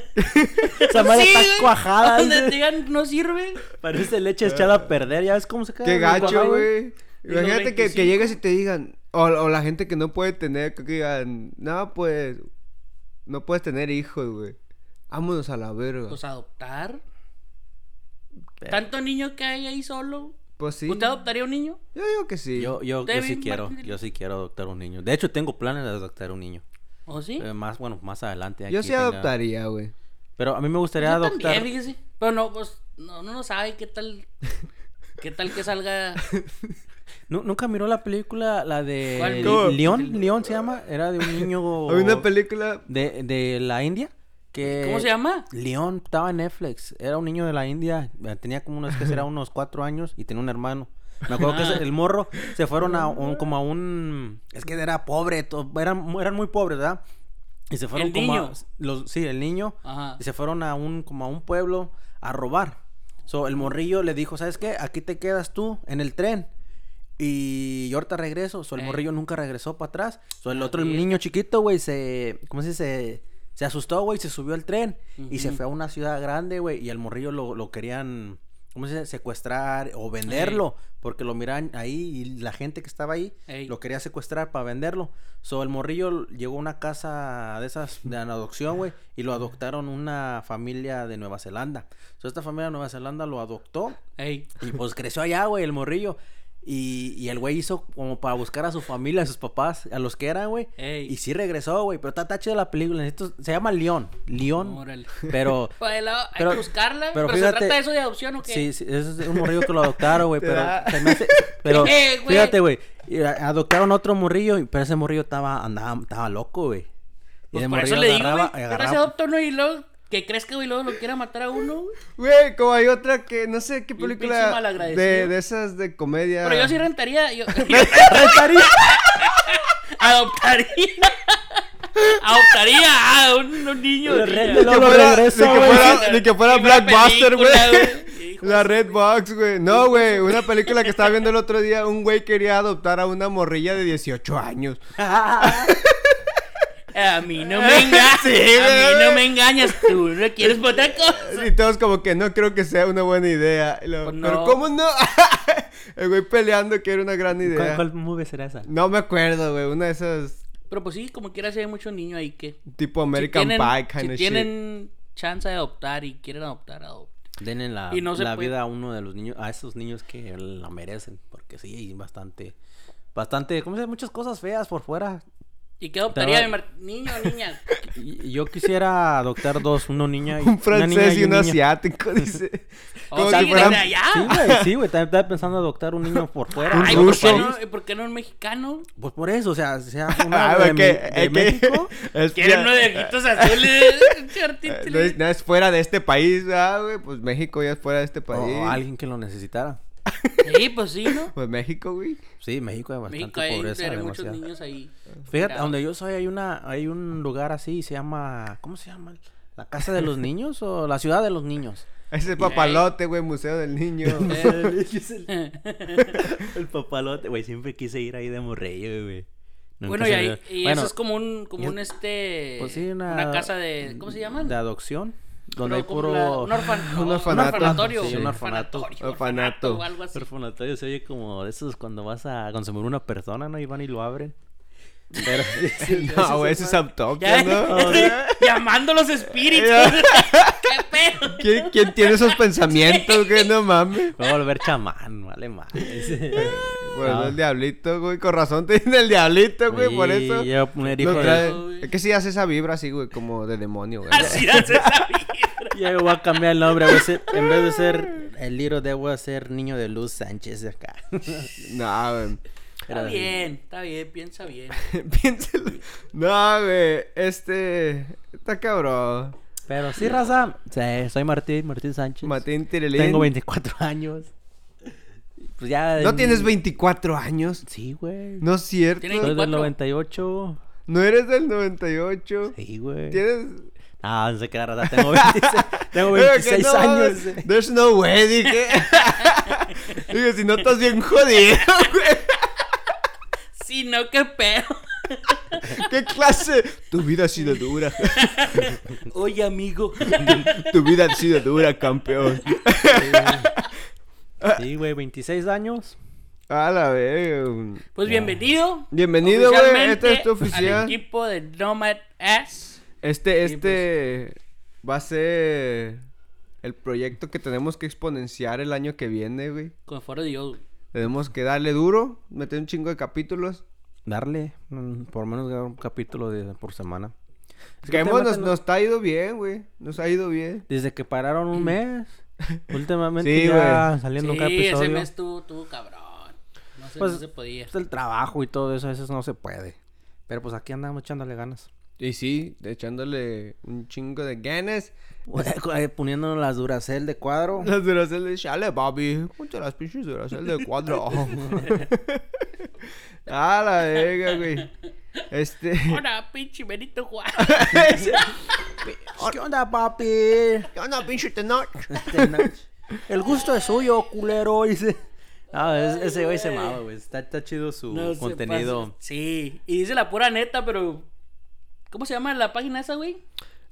[SPEAKER 2] Esa madre
[SPEAKER 3] Sí,
[SPEAKER 2] está
[SPEAKER 3] güey.
[SPEAKER 2] cuajada.
[SPEAKER 3] Donde
[SPEAKER 2] dice.
[SPEAKER 3] te digan no sirve.
[SPEAKER 2] Parece leche echada a perder. ¿Ya ves cómo se cae?
[SPEAKER 1] Qué gacho, güey.
[SPEAKER 3] Y los
[SPEAKER 1] Imagínate que, que
[SPEAKER 3] 25.
[SPEAKER 1] llegues y te digan. O, o la gente que no puede tener. Que digan. No, pues. No puedes tener hijos, güey. Vámonos a la verga.
[SPEAKER 3] Pues adoptar. Tanto niño que hay ahí solo.
[SPEAKER 1] pues sí.
[SPEAKER 3] ¿Usted adoptaría un niño?
[SPEAKER 1] Yo digo que sí.
[SPEAKER 2] Yo, yo, yo
[SPEAKER 3] Usted
[SPEAKER 2] sí
[SPEAKER 3] bien
[SPEAKER 2] quiero,
[SPEAKER 3] Martín.
[SPEAKER 2] yo sí quiero adoptar un niño. De hecho, tengo planes de adoptar un niño.
[SPEAKER 3] ¿O sí?
[SPEAKER 2] Eh, más, bueno, más adelante.
[SPEAKER 1] Yo
[SPEAKER 2] aquí
[SPEAKER 1] sí
[SPEAKER 2] tenga-
[SPEAKER 1] adoptaría, güey.
[SPEAKER 2] Pero a mí me gustaría
[SPEAKER 3] Yo
[SPEAKER 2] adoptar.
[SPEAKER 3] también, fíjese. Pero no, pues no, no lo sabe qué tal. ¿Qué tal que salga?
[SPEAKER 2] Nu- ¿Nunca miró la película, la
[SPEAKER 3] ¿Cuál?
[SPEAKER 2] de
[SPEAKER 1] ¿Cómo?
[SPEAKER 2] León? ¿León se llama? Era de un niño
[SPEAKER 1] Hay
[SPEAKER 3] Oh.
[SPEAKER 1] una película.
[SPEAKER 2] de, de la India. Que...
[SPEAKER 3] ¿Cómo se llama?
[SPEAKER 2] León estaba en Netflix. Era un niño de la India. eh, Tenía como unos, que será, unos cuatro años y tenía un hermano. Me acuerdo que ese- el morro se fueron a un, como a un... Es que era pobre, to- eran, eran muy pobres, ¿verdad? Y se fueron
[SPEAKER 3] ¿El
[SPEAKER 2] como a-
[SPEAKER 3] niño?
[SPEAKER 2] los, sí, el niño.
[SPEAKER 3] Ajá.
[SPEAKER 2] Y se fueron a un, como a un pueblo a robar. So, el morrillo le dijo, ¿sabes qué? Aquí te quedas tú en el tren. Y yo ahorita regreso. So, el
[SPEAKER 3] Ey.
[SPEAKER 2] morrillo nunca regresó para atrás. So, el
[SPEAKER 3] Eh. Ah,
[SPEAKER 2] otro el
[SPEAKER 3] bien.
[SPEAKER 2] niño chiquito, güey, se... ¿Cómo se dice? Se asustó, güey, se subió al tren. Y se
[SPEAKER 3] Ujú.
[SPEAKER 2] fue a una ciudad grande, güey. Y el morrillo lo, lo querían... ¿cómo se dice? Secuestrar o venderlo, porque lo miran ahí y la gente que estaba ahí
[SPEAKER 3] Ey.
[SPEAKER 2] lo quería secuestrar para venderlo. So, el morrillo llegó a una casa de esas de adopción, güey, y lo adoptaron una familia de Nueva Zelanda. So, esta familia de Nueva Zelanda lo adoptó
[SPEAKER 3] Ey.
[SPEAKER 2] y pues creció allá, güey, el morrillo. Y, y el güey hizo como para buscar a su familia, a sus papás, a los que eran, güey.
[SPEAKER 3] Ey.
[SPEAKER 2] Y sí regresó, güey. Pero está tache de la película. Esto se llama León. León.
[SPEAKER 3] Órale.
[SPEAKER 2] Pero.
[SPEAKER 3] Pues, de lado, hay
[SPEAKER 2] Pero-
[SPEAKER 3] que buscarla.
[SPEAKER 2] pero
[SPEAKER 3] Pero,
[SPEAKER 2] fíjate-
[SPEAKER 3] se trata de eso de adopción o qué.
[SPEAKER 2] Sí, sí, ese es un morrillo que lo adoptaron, güey.
[SPEAKER 1] Te
[SPEAKER 2] pero
[SPEAKER 1] da-
[SPEAKER 2] se me hace- pero
[SPEAKER 3] Eh, güey.
[SPEAKER 2] fíjate, güey. y a- Adoptaron otro morrillo, y- pero ese morrillo estaba, andaba, estaba loco, güey.
[SPEAKER 3] Pues
[SPEAKER 2] de
[SPEAKER 3] por eso
[SPEAKER 2] morrillo
[SPEAKER 3] le digo,
[SPEAKER 2] agarraba-
[SPEAKER 3] güey.
[SPEAKER 2] agarraba-
[SPEAKER 3] Ahora se adopta uno y luego que crezca, güey, y luego lo quiera matar a uno, güey.
[SPEAKER 1] Güey, como hay otra que no sé qué
[SPEAKER 3] Bien pinche
[SPEAKER 1] película
[SPEAKER 3] malagradecido.
[SPEAKER 1] de, de esas de comedia.
[SPEAKER 3] Pero yo sí rentaría, yo,
[SPEAKER 2] Rentaría.
[SPEAKER 3] adoptaría. adoptaría a un, un niño.
[SPEAKER 2] Lo
[SPEAKER 3] niña.
[SPEAKER 2] rento, lo-
[SPEAKER 1] Ni que
[SPEAKER 2] lo
[SPEAKER 1] fuera-
[SPEAKER 2] regreso,
[SPEAKER 1] ni que
[SPEAKER 2] güey.
[SPEAKER 1] fuera- Ni que fuera
[SPEAKER 3] Sí, una
[SPEAKER 1] Blackbuster,
[SPEAKER 3] película,
[SPEAKER 1] güey.
[SPEAKER 3] güey.
[SPEAKER 1] La Red Box, güey. No, güey. Una película que estaba viendo el otro día. Un güey quería adoptar a una morrilla de 18 años.
[SPEAKER 3] Eh, A mí no me engañas.
[SPEAKER 1] Sí,
[SPEAKER 3] a mí
[SPEAKER 1] güey.
[SPEAKER 3] no me engañas. Tú no quieres otra cosa.
[SPEAKER 1] Y todos como que no creo que sea una buena idea. Y luego,
[SPEAKER 3] Pues
[SPEAKER 1] Pero
[SPEAKER 3] no.
[SPEAKER 1] ¿cómo no? el güey peleando que era una gran idea.
[SPEAKER 2] ¿Cuál, cuál movie será esa?
[SPEAKER 1] No me acuerdo, güey. Una de esas
[SPEAKER 3] Pero pues sí, como quiera, si hay mucho niño ahí que. si
[SPEAKER 1] tipo American
[SPEAKER 3] tienen-
[SPEAKER 1] Pie kind
[SPEAKER 3] si
[SPEAKER 1] of shit.
[SPEAKER 3] tienen chance de adoptar y quieren adoptar, adopten.
[SPEAKER 2] Denle la,
[SPEAKER 3] Y no se
[SPEAKER 2] la
[SPEAKER 3] puede.
[SPEAKER 2] vida a uno de los niños, a esos niños que la merecen, porque sí, hay bastante, bastante, ¿cómo se dice? Muchas cosas feas por fuera.
[SPEAKER 3] ¿Y qué adoptaría
[SPEAKER 2] Te va-
[SPEAKER 3] mi mar- niño o niña?
[SPEAKER 2] Y- y yo quisiera adoptar dos, uno niña y
[SPEAKER 1] Un
[SPEAKER 2] una niña
[SPEAKER 1] francés y un
[SPEAKER 2] un niño.
[SPEAKER 1] asiático, dice.
[SPEAKER 3] O
[SPEAKER 1] Como
[SPEAKER 3] sea,
[SPEAKER 1] si
[SPEAKER 3] que
[SPEAKER 1] fueran-
[SPEAKER 3] de Oh, allá.
[SPEAKER 2] Sí, güey, sí, güey, también estaba pensando adoptar un niño por fuera.
[SPEAKER 1] Un
[SPEAKER 3] Ah. Ay,
[SPEAKER 2] güey,
[SPEAKER 3] ¿por
[SPEAKER 1] ruso.
[SPEAKER 3] qué,
[SPEAKER 2] porque-
[SPEAKER 3] no, ¿por qué no un mexicano?
[SPEAKER 2] Pues por eso, o sea, sea
[SPEAKER 1] Ah,
[SPEAKER 2] uno de,
[SPEAKER 1] güey,
[SPEAKER 2] mi-
[SPEAKER 1] que-
[SPEAKER 2] de
[SPEAKER 1] eh, que-
[SPEAKER 2] México.
[SPEAKER 1] es-
[SPEAKER 3] ¿Quieren uno de ojitos azules? Chartín,
[SPEAKER 1] Eh,
[SPEAKER 3] tilín.
[SPEAKER 1] No es, no es fuera de este país, ¿verdad, güey. Pues México ya es fuera de este
[SPEAKER 2] O
[SPEAKER 1] país.
[SPEAKER 2] alguien que lo necesitara.
[SPEAKER 3] Sí, pues sí, ¿no?
[SPEAKER 1] Pues México, güey.
[SPEAKER 2] Sí, México hay bastante
[SPEAKER 3] México hay
[SPEAKER 2] pobreza.
[SPEAKER 3] hay muchos
[SPEAKER 2] demasiada.
[SPEAKER 3] niños ahí.
[SPEAKER 2] Fíjate,
[SPEAKER 3] Mira,
[SPEAKER 2] donde yo soy hay una, hay un lugar así, se llama, ¿cómo se llama? ¿La casa de los niños o la ciudad de los niños?
[SPEAKER 1] Ese papalote, güey, Museo del Niño.
[SPEAKER 2] Eh,
[SPEAKER 3] Eh.
[SPEAKER 2] El papalote, güey, siempre quise ir ahí de morrillo, güey. Nunca
[SPEAKER 3] Bueno, y,
[SPEAKER 2] se
[SPEAKER 3] ahí-
[SPEAKER 2] dio.
[SPEAKER 3] y
[SPEAKER 2] Bueno,
[SPEAKER 3] eso es como un, como
[SPEAKER 2] yo-
[SPEAKER 3] un este,
[SPEAKER 2] pues sí, una,
[SPEAKER 3] una... casa de, ¿cómo se llaman?
[SPEAKER 2] De adopción, donde hay
[SPEAKER 3] Pero como
[SPEAKER 2] puro...
[SPEAKER 3] la- un, orfan-
[SPEAKER 1] un
[SPEAKER 3] un
[SPEAKER 1] orfanato.
[SPEAKER 3] orfanatorio.
[SPEAKER 1] Sí,
[SPEAKER 2] un
[SPEAKER 3] un
[SPEAKER 2] orfanato.
[SPEAKER 3] orfanatorio,
[SPEAKER 1] Orfanato.
[SPEAKER 3] orfanato o algo así.
[SPEAKER 2] Orfanatorio se oye como de esos cuando vas a consumir una persona, ¿no? Y van y lo abren. Pero...
[SPEAKER 1] no, güey, eso es Autopia,
[SPEAKER 3] Ya,
[SPEAKER 1] ¿no?
[SPEAKER 3] llamando a los espíritus. ¿Qué pedo?
[SPEAKER 1] ¿Quién, quién tiene esos pensamientos, güey? No mames.
[SPEAKER 2] Me voy a volver chamán, vale Ah, más.
[SPEAKER 1] Bueno,
[SPEAKER 2] No.
[SPEAKER 1] el diablito, güey. Con razón te dicen el diablito, güey. por
[SPEAKER 2] Y
[SPEAKER 1] eso.
[SPEAKER 2] ya poner hijo
[SPEAKER 1] Lo
[SPEAKER 2] de-
[SPEAKER 1] trae-
[SPEAKER 3] güey.
[SPEAKER 1] Es que sí hace esa vibra así, güey, como de demonio, güey.
[SPEAKER 3] Así hace esa vibra.
[SPEAKER 2] Ya yo voy a cambiar el nombre. Voy a ser- en vez de ser el Little Dead, voy a ser Niño de Luz Sánchez de acá.
[SPEAKER 1] No, güey.
[SPEAKER 3] Está bien, está bien, piensa bien.
[SPEAKER 1] Piénsalo. No, güey. Este. Está cabrón.
[SPEAKER 2] Pero sí, raza. Sí, soy Martín, Martín Sánchez.
[SPEAKER 1] Matín Tirelín.
[SPEAKER 2] Tengo 24 años. Pues ya.
[SPEAKER 1] ¿No tienes 24 años?
[SPEAKER 2] Sí, güey.
[SPEAKER 1] No es cierto.
[SPEAKER 3] Tiene-
[SPEAKER 2] Soy del
[SPEAKER 3] 24.
[SPEAKER 2] 98.
[SPEAKER 1] No eres del 98.
[SPEAKER 2] Sí, güey.
[SPEAKER 1] Tienes.
[SPEAKER 2] Ah, no sé qué raza. Tengo 26, tengo 26
[SPEAKER 1] Digo que no,
[SPEAKER 2] años.
[SPEAKER 1] There's no way, dije. Dije, si no estás bien jodido, güey.
[SPEAKER 3] Si no, qué pedo.
[SPEAKER 1] ¿Qué clase? Tu vida ha sido dura.
[SPEAKER 3] Oye, amigo.
[SPEAKER 1] Tu vida ha sido dura, campeón.
[SPEAKER 2] Sí, güey, 26 años.
[SPEAKER 1] A la verga. güey.
[SPEAKER 3] Pues bienvenido.
[SPEAKER 1] Bienvenido, güey,
[SPEAKER 3] oficialmente
[SPEAKER 1] esto es tu oficial.
[SPEAKER 3] Al equipo de Nomad Ass.
[SPEAKER 1] Este,
[SPEAKER 3] Sí,
[SPEAKER 1] este va a ser el proyecto que tenemos que exponenciar el año que viene, güey.
[SPEAKER 3] Con fuera de Dios. güey.
[SPEAKER 1] Tenemos que darle duro, meter un chingo de capítulos.
[SPEAKER 2] Darle mm, por lo menos un capítulo de, por semana. Es
[SPEAKER 1] Que hemos- nos,
[SPEAKER 2] últimamente no-
[SPEAKER 1] nos ha ido bien, güey. Nos ha ido bien.
[SPEAKER 2] Desde que pararon un mes. Últimamente
[SPEAKER 1] Sí,
[SPEAKER 2] ya
[SPEAKER 1] güey.
[SPEAKER 2] saliendo
[SPEAKER 3] Sí,
[SPEAKER 2] cada
[SPEAKER 3] ese
[SPEAKER 2] episodio.
[SPEAKER 3] mes tú, tú, cabrón. No sé,
[SPEAKER 2] Pues-
[SPEAKER 3] no se podía.
[SPEAKER 2] Pues el trabajo y todo eso, a veces no se puede. Pero pues aquí andamos echándole ganas.
[SPEAKER 1] Y sí, echándole un chingo de ganas.
[SPEAKER 2] Eh, Poniéndonos las Duracell de cuadro.
[SPEAKER 1] Las duracel de chale, papi. Ponte las pinches duracel de cuadro. A la verga, güey. Este.
[SPEAKER 3] Hola, pinche Benito Juárez.
[SPEAKER 2] ¿Qué onda, papi?
[SPEAKER 1] ¿Qué onda, pinche tenor?
[SPEAKER 2] el gusto es suyo, culero. Dice. No, es- ese güey se mama, güey. Está, está chido su
[SPEAKER 3] No se
[SPEAKER 2] contenido.
[SPEAKER 3] pasa. Sí, y dice la pura neta, pero. ¿Cómo se llama la página esa, güey?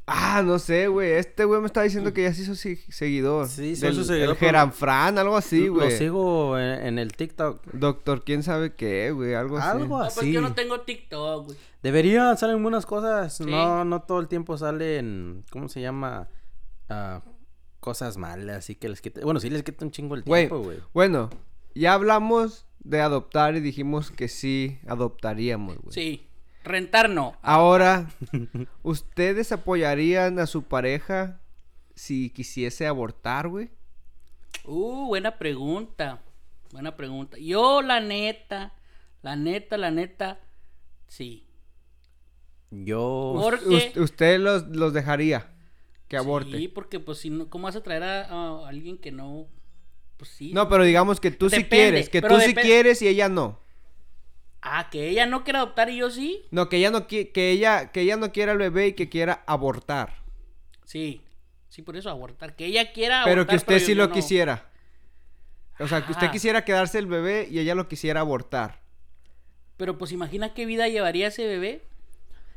[SPEAKER 1] Ah, no sé, güey. Este güey me estaba diciendo que ya se hizo si- seguidor.
[SPEAKER 2] Sí, se
[SPEAKER 1] Del-
[SPEAKER 4] hizo seguidor,
[SPEAKER 1] el
[SPEAKER 4] pero-
[SPEAKER 1] Geranfran, algo así,
[SPEAKER 2] Lo
[SPEAKER 1] güey.
[SPEAKER 2] sigo en, en el TikTok.
[SPEAKER 1] Doctor, quién sabe qué, güey. Algo así.
[SPEAKER 2] Algo
[SPEAKER 3] No,
[SPEAKER 2] así.
[SPEAKER 3] pues yo no tengo TikTok, güey.
[SPEAKER 2] Debería salen algunas cosas.
[SPEAKER 3] Sí.
[SPEAKER 2] No, no todo el tiempo salen. ¿Cómo se llama? Ah, cosas malas. Así que les quita. Bueno, sí les quita un chingo el
[SPEAKER 1] Güey,
[SPEAKER 2] tiempo, güey.
[SPEAKER 1] bueno, ya hablamos de adoptar y dijimos que sí adoptaríamos,
[SPEAKER 2] Pues.
[SPEAKER 1] güey.
[SPEAKER 3] Sí. Rentar no.
[SPEAKER 1] Ahora, ¿ustedes apoyarían a su pareja si quisiese abortar, güey?
[SPEAKER 3] Uh, buena pregunta. Buena pregunta. Yo, la neta, la neta, la neta, sí.
[SPEAKER 2] Yo.
[SPEAKER 3] Porque.
[SPEAKER 1] Us- ¿Usted los, los dejaría que aborte?
[SPEAKER 3] Sí, porque pues si no, ¿cómo vas a traer a, a alguien que no? Pues sí.
[SPEAKER 1] No, pero digamos que tú sí
[SPEAKER 3] Depende,
[SPEAKER 1] quieres, que
[SPEAKER 3] pero
[SPEAKER 1] tú sí
[SPEAKER 3] depende.
[SPEAKER 1] quieres y ella no.
[SPEAKER 3] Ah, que ella no quiere adoptar y yo sí.
[SPEAKER 1] No, que ella no qui- que ella que ella no quiera al bebé y que quiera abortar,
[SPEAKER 3] Sí. Sí, por eso abortar. Que ella quiera
[SPEAKER 1] pero
[SPEAKER 3] abortar,
[SPEAKER 1] que usted
[SPEAKER 3] yo-
[SPEAKER 1] sí
[SPEAKER 3] yo
[SPEAKER 1] lo
[SPEAKER 3] no.
[SPEAKER 1] quisiera. O sea, que usted
[SPEAKER 3] Ah.
[SPEAKER 1] quisiera quedarse el bebé y ella lo quisiera abortar.
[SPEAKER 3] Pero pues imagina qué vida llevaría ese bebé.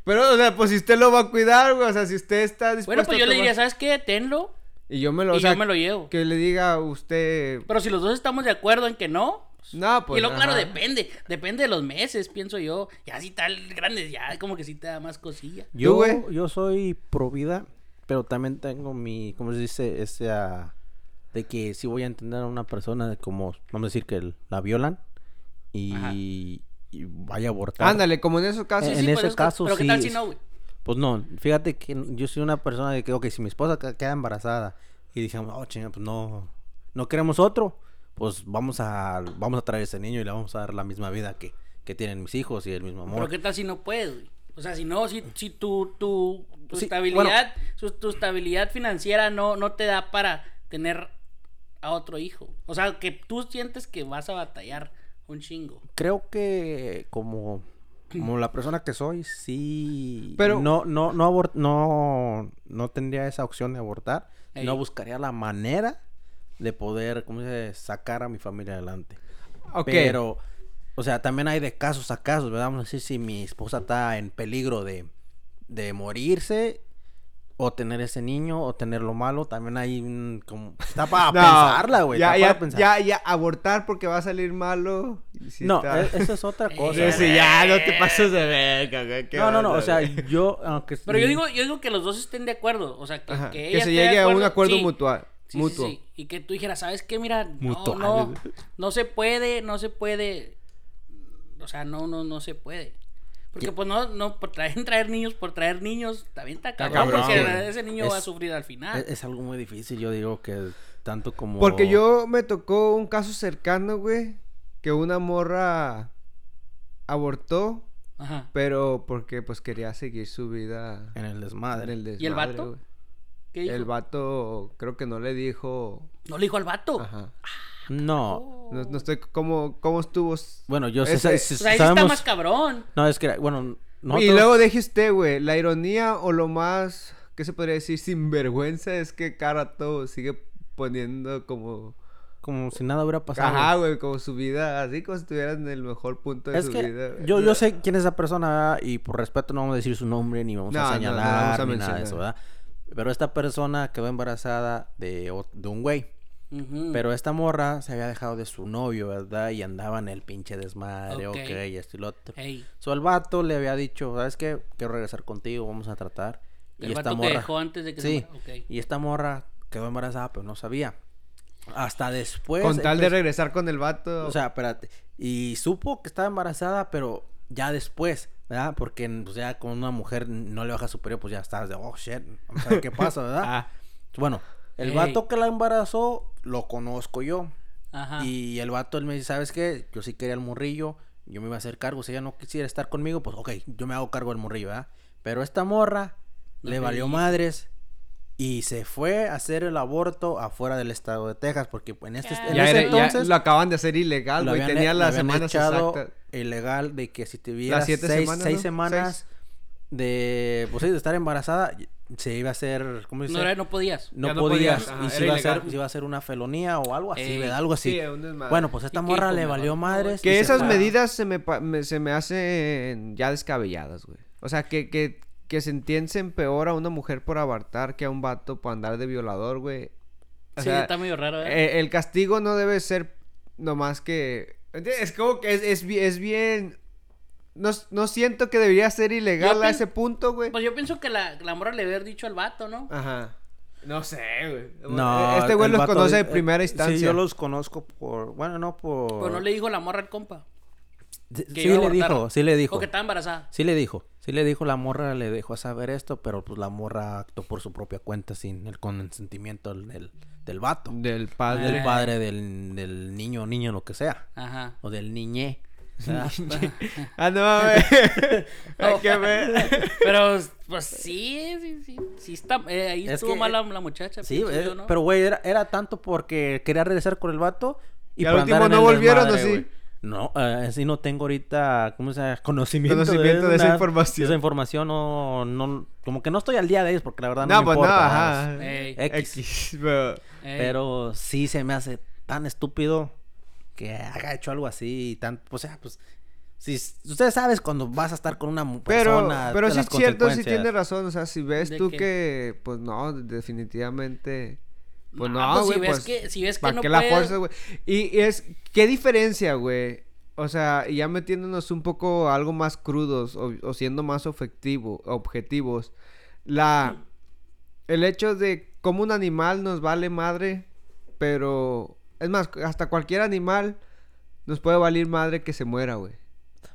[SPEAKER 1] Pero o sea, pues si usted lo va a cuidar, güey, o sea, si usted está dispuesto
[SPEAKER 3] Bueno, pues
[SPEAKER 1] a
[SPEAKER 3] yo le
[SPEAKER 1] tomar-
[SPEAKER 3] diría, ¿sabes qué? Tenlo.
[SPEAKER 1] y yo me lo, o
[SPEAKER 3] y
[SPEAKER 1] sea,
[SPEAKER 3] yo me lo llevo.
[SPEAKER 1] que le diga a usted
[SPEAKER 3] Pero si los dos estamos de acuerdo en que no. pues-
[SPEAKER 1] No, pues,
[SPEAKER 3] y lo claro,
[SPEAKER 1] ajá.
[SPEAKER 3] depende. Depende de los meses, pienso yo. Ya si tal grandes, ya como que sí te da más cosilla.
[SPEAKER 1] ¿Tú,
[SPEAKER 2] Yo,
[SPEAKER 1] güey?
[SPEAKER 2] yo soy pro vida, pero también tengo mi, ¿cómo se dice? Ese, ah, de que si voy a entender a una persona de como, vamos a decir que el- la violan
[SPEAKER 3] Ajá.
[SPEAKER 2] y, y vaya a abortar.
[SPEAKER 1] Ándale, como en esos casos.
[SPEAKER 2] Eh,
[SPEAKER 3] Sí,
[SPEAKER 2] en
[SPEAKER 3] sí,
[SPEAKER 2] ese
[SPEAKER 3] pues, es que-
[SPEAKER 2] caso,
[SPEAKER 3] Pero qué
[SPEAKER 2] sí,
[SPEAKER 3] tal si
[SPEAKER 2] es-
[SPEAKER 3] no, güey.
[SPEAKER 2] Pues no, fíjate que n- yo soy una persona de que, ok, si mi esposa ca- queda embarazada y dijimos, oh, chinga, pues no, no queremos otro, pues vamos a, vamos a traer ese niño y le vamos a dar la misma vida que, que tienen mis hijos y el mismo amor.
[SPEAKER 3] Pero qué tal si no puedes, güey. O sea, si no, si, si tu, tu, tu
[SPEAKER 2] Sí,
[SPEAKER 3] estabilidad, su- tu estabilidad financiera no, no te da para tener a otro hijo. O sea, que tú sientes que vas a batallar un chingo.
[SPEAKER 2] creo que como como la persona que soy sí
[SPEAKER 1] Pero-
[SPEAKER 2] no no no abor- no no tendría esa opción de abortar
[SPEAKER 3] Ey.
[SPEAKER 2] no buscaría la manera de poder cómo se dice? sacar a mi familia adelante
[SPEAKER 1] Ok.
[SPEAKER 2] eh, pero o sea también hay de casos a casos verdad vamos a decir si mi esposa está en peligro de de morirse o tener ese niño o tenerlo malo también hay un, como está para
[SPEAKER 1] No,
[SPEAKER 2] pensarla güey
[SPEAKER 1] Ya,
[SPEAKER 2] está
[SPEAKER 1] ya,
[SPEAKER 2] para pensar.
[SPEAKER 1] ya, ya, abortar porque va a salir malo. y sí
[SPEAKER 2] no
[SPEAKER 1] está-
[SPEAKER 2] e- esa es otra cosa
[SPEAKER 1] Sí, sí, ya, Ah, no te pases de verga, güey. qué
[SPEAKER 2] No, no, no,
[SPEAKER 1] onda,
[SPEAKER 2] o sea,
[SPEAKER 1] güey.
[SPEAKER 2] yo, aunque...
[SPEAKER 3] Pero yo digo, yo digo que los dos estén de acuerdo. O sea, que,
[SPEAKER 1] Ajá,
[SPEAKER 3] que
[SPEAKER 1] que,
[SPEAKER 3] ella
[SPEAKER 1] se
[SPEAKER 3] esté
[SPEAKER 1] llegue
[SPEAKER 3] de
[SPEAKER 1] a un acuerdo
[SPEAKER 3] sí.
[SPEAKER 1] mutua-
[SPEAKER 3] Sí, sí,
[SPEAKER 1] mutuo.
[SPEAKER 3] sí. Y que tú dijeras, ¿sabes qué? Mira, no,
[SPEAKER 2] Mutual.
[SPEAKER 3] no, no se puede, no se puede. O sea, no, no, no se puede. Porque pues no, no, por traer, traer niños, por traer niños, también está cabrón,
[SPEAKER 1] cabrón,
[SPEAKER 3] porque
[SPEAKER 2] güey.
[SPEAKER 3] ese niño
[SPEAKER 2] Es-
[SPEAKER 3] va a sufrir al final.
[SPEAKER 2] Es, es algo muy difícil, yo digo que tanto como...
[SPEAKER 1] Porque yo me tocó un caso cercano, güey, que una morra abortó,
[SPEAKER 3] Ajá.
[SPEAKER 1] pero porque pues quería seguir su vida
[SPEAKER 2] En el
[SPEAKER 1] en
[SPEAKER 2] desmadre.
[SPEAKER 1] el desmadre.
[SPEAKER 3] ¿Y el vato?
[SPEAKER 1] güey.
[SPEAKER 3] ¿Qué dijo?
[SPEAKER 1] El vato creo que no le dijo,
[SPEAKER 3] No le dijo al vato.
[SPEAKER 1] ajá.
[SPEAKER 2] No,
[SPEAKER 1] No, no estoy cómo cómo estuvo. s-
[SPEAKER 2] bueno, yo sé,
[SPEAKER 1] Ese-
[SPEAKER 2] si
[SPEAKER 3] O sea, Pues ahí sí está
[SPEAKER 2] sabemos...
[SPEAKER 3] más cabrón.
[SPEAKER 2] No, es que, bueno, no
[SPEAKER 1] Y luego deje usted, güey, la ironía o lo más qué se podría decir sinvergüenza es que cara todo sigue poniendo como
[SPEAKER 2] Como si nada hubiera pasado.
[SPEAKER 1] Ajá, güey, como su vida, así como si estuviera en el mejor punto de
[SPEAKER 2] Es
[SPEAKER 1] su
[SPEAKER 2] que
[SPEAKER 1] vida. güey.
[SPEAKER 2] yo, yo sé quién es esa persona ¿verdad? y por respeto no vamos a decir su nombre ni vamos
[SPEAKER 1] No, no,
[SPEAKER 2] a
[SPEAKER 1] no
[SPEAKER 2] señalar
[SPEAKER 1] vamos a
[SPEAKER 2] ni nada de
[SPEAKER 1] mencionar.
[SPEAKER 2] eso, ¿verdad? Pero esta persona quedó embarazada de, ot- de un güey.
[SPEAKER 3] Ujú.
[SPEAKER 2] Pero esta morra se había dejado de su novio, ¿verdad? Y andaba en el pinche desmadre,
[SPEAKER 3] Ok.
[SPEAKER 2] ok, y esto y lo otro.
[SPEAKER 3] Ey,
[SPEAKER 2] So, el vato le había dicho, ¿sabes qué? Quiero regresar contigo, vamos a tratar.
[SPEAKER 3] el vato que dejó antes de que
[SPEAKER 2] Sí.
[SPEAKER 3] se muera. Ok.
[SPEAKER 2] Y esta morra quedó embarazada, pero no sabía. Hasta después.
[SPEAKER 1] Con tal de
[SPEAKER 2] empezó-
[SPEAKER 1] regresar con el vato.
[SPEAKER 2] Pues, O sea, espérate. Y supo que estaba embarazada, pero ya después, ¿verdad? Porque pues, ya con una mujer no le baja su periodo, pues ya estás de, oh, shit, vamos a ver qué pasa, ¿verdad?
[SPEAKER 1] Ah.
[SPEAKER 2] Bueno, el
[SPEAKER 3] Ey.
[SPEAKER 2] vato que la embarazó, lo conozco yo.
[SPEAKER 1] Ah.
[SPEAKER 3] Ajá.
[SPEAKER 2] Y el vato, él me dice, ¿sabes qué? Yo sí quería el morrillo, yo me iba a hacer cargo. Si ella no quisiera estar conmigo, pues ok, yo me hago cargo del morrillo, ¿verdad? Pero esta morra
[SPEAKER 3] No
[SPEAKER 2] le
[SPEAKER 3] te
[SPEAKER 2] valió
[SPEAKER 3] digo.
[SPEAKER 2] madres y se fue a hacer el aborto afuera del estado de Texas, porque en, este, en
[SPEAKER 1] ya,
[SPEAKER 2] ese
[SPEAKER 1] era- ya
[SPEAKER 2] entonces
[SPEAKER 1] lo acaban de hacer ilegal,
[SPEAKER 2] lo
[SPEAKER 1] güey.
[SPEAKER 2] habían- e-
[SPEAKER 1] Tenía
[SPEAKER 2] lo
[SPEAKER 1] las
[SPEAKER 2] habían
[SPEAKER 1] semanas
[SPEAKER 2] echado
[SPEAKER 1] exactas.
[SPEAKER 2] ilegal de que si te vieras
[SPEAKER 1] siete
[SPEAKER 2] seis,
[SPEAKER 1] semanas,
[SPEAKER 2] seis
[SPEAKER 1] ¿no?
[SPEAKER 2] semanas
[SPEAKER 1] Seis.
[SPEAKER 2] de, pues, sí, de estar embarazada, se iba a hacer, ¿cómo se
[SPEAKER 3] No,
[SPEAKER 2] dice?
[SPEAKER 3] era- no podías.
[SPEAKER 2] no
[SPEAKER 1] Ya no
[SPEAKER 2] podías,
[SPEAKER 1] podías, ajá,
[SPEAKER 2] y si
[SPEAKER 1] era
[SPEAKER 2] iba, a ser,
[SPEAKER 1] ilegal.
[SPEAKER 2] si iba a ser una felonía o algo así,
[SPEAKER 3] Ey,
[SPEAKER 2] ¿verdad? Algo así.
[SPEAKER 1] sí, un desmadre.
[SPEAKER 2] bueno, pues esta
[SPEAKER 3] ¿Y qué
[SPEAKER 2] morra
[SPEAKER 3] hijo
[SPEAKER 2] le
[SPEAKER 3] me
[SPEAKER 2] valió
[SPEAKER 3] valió?
[SPEAKER 2] madres. y
[SPEAKER 1] que
[SPEAKER 2] se
[SPEAKER 1] esas
[SPEAKER 2] fue.
[SPEAKER 1] medidas se me, pa- me- se me hacen ya descabelladas, güey. O sea, que, que, que sentencien peor a una mujer por abartar que a un vato por andar de violador, güey. O
[SPEAKER 3] Sí,
[SPEAKER 1] sea,
[SPEAKER 3] está medio raro, ¿eh?
[SPEAKER 1] eh, el castigo no debe ser nomás que... ¿entiendes? Es como que es, es, bi- es bien... No, no siento que debería ser ilegal
[SPEAKER 3] Yo
[SPEAKER 1] a
[SPEAKER 3] pien-
[SPEAKER 1] ese punto, güey.
[SPEAKER 3] Pues yo pienso que la, la morra le había dicho al vato, ¿no?
[SPEAKER 1] Ajá. No sé, güey.
[SPEAKER 2] No,
[SPEAKER 1] este güey
[SPEAKER 2] el
[SPEAKER 1] los
[SPEAKER 2] vato-
[SPEAKER 1] conoce de
[SPEAKER 2] eh,
[SPEAKER 1] primera instancia.
[SPEAKER 2] Sí, yo los conozco por. Bueno, no por.
[SPEAKER 3] Pero no le dijo la morra al compa.
[SPEAKER 2] Sí,
[SPEAKER 3] que
[SPEAKER 2] sí
[SPEAKER 3] iba a
[SPEAKER 2] le
[SPEAKER 3] abortar.
[SPEAKER 2] dijo, sí le dijo.
[SPEAKER 3] O que estaba embarazada.
[SPEAKER 2] Sí le dijo, sí le dijo la morra, le dejó saber esto, pero pues la morra actuó por su propia cuenta sin el consentimiento del, del, del vato,
[SPEAKER 1] Del padre.
[SPEAKER 2] del padre, del, del niño, niño, lo que sea,
[SPEAKER 3] Ajá.
[SPEAKER 2] o del niñe. ¿verdad?
[SPEAKER 1] Ah, no mames. Hay que ver.
[SPEAKER 3] Pero, pues sí, sí, sí. Sí está, eh, ahí
[SPEAKER 2] Es
[SPEAKER 3] estuvo
[SPEAKER 2] que-
[SPEAKER 3] mal la, la muchacha.
[SPEAKER 2] sí,
[SPEAKER 3] pienso
[SPEAKER 2] eh,
[SPEAKER 3] yo, ¿no?
[SPEAKER 2] pero güey, era, era tanto porque quería regresar con el vato y,
[SPEAKER 1] Y al
[SPEAKER 2] por andar
[SPEAKER 1] último
[SPEAKER 2] en
[SPEAKER 1] no
[SPEAKER 2] el
[SPEAKER 1] volvieron, ¿o sí?
[SPEAKER 2] güey. No, eh, sí no tengo ahorita, ¿cómo se llama? Conocimiento,
[SPEAKER 1] Conocimiento de esa
[SPEAKER 2] nada.
[SPEAKER 1] información.
[SPEAKER 2] Esa información no, no, como que no estoy al día de ellos porque la verdad no,
[SPEAKER 1] No,
[SPEAKER 2] me
[SPEAKER 1] pues no,
[SPEAKER 2] importa.
[SPEAKER 1] ajá.
[SPEAKER 3] Ey,
[SPEAKER 2] X.
[SPEAKER 1] X, pero-
[SPEAKER 3] ey.
[SPEAKER 2] eh, Pero sí se me hace tan estúpido que haya hecho algo así y tan, o sea, pues si s- ustedes sabes cuando vas a estar con una mu-
[SPEAKER 1] Pero,
[SPEAKER 2] persona,
[SPEAKER 1] pero
[SPEAKER 2] de
[SPEAKER 1] sí es
[SPEAKER 2] las
[SPEAKER 1] cierto, sí
[SPEAKER 2] consecuencias.
[SPEAKER 1] tiene razón. O sea, si ves
[SPEAKER 3] ¿De
[SPEAKER 1] tú
[SPEAKER 3] qué?
[SPEAKER 1] que, pues no, definitivamente. Pues
[SPEAKER 3] Nah,
[SPEAKER 1] no,
[SPEAKER 3] pues,
[SPEAKER 1] güey.
[SPEAKER 3] si ves
[SPEAKER 1] pues,
[SPEAKER 3] que- si ves que
[SPEAKER 1] ¿para
[SPEAKER 3] no
[SPEAKER 1] qué la
[SPEAKER 3] puedes-
[SPEAKER 1] fuerzas, güey? Y, y es, ¿qué diferencia, güey? O sea, y ya metiéndonos un poco a algo más crudos o, o siendo más ofectivo, objetivos. La. El hecho de cómo un animal nos vale madre, pero. Es más, hasta cualquier animal nos puede valer madre que se muera, güey.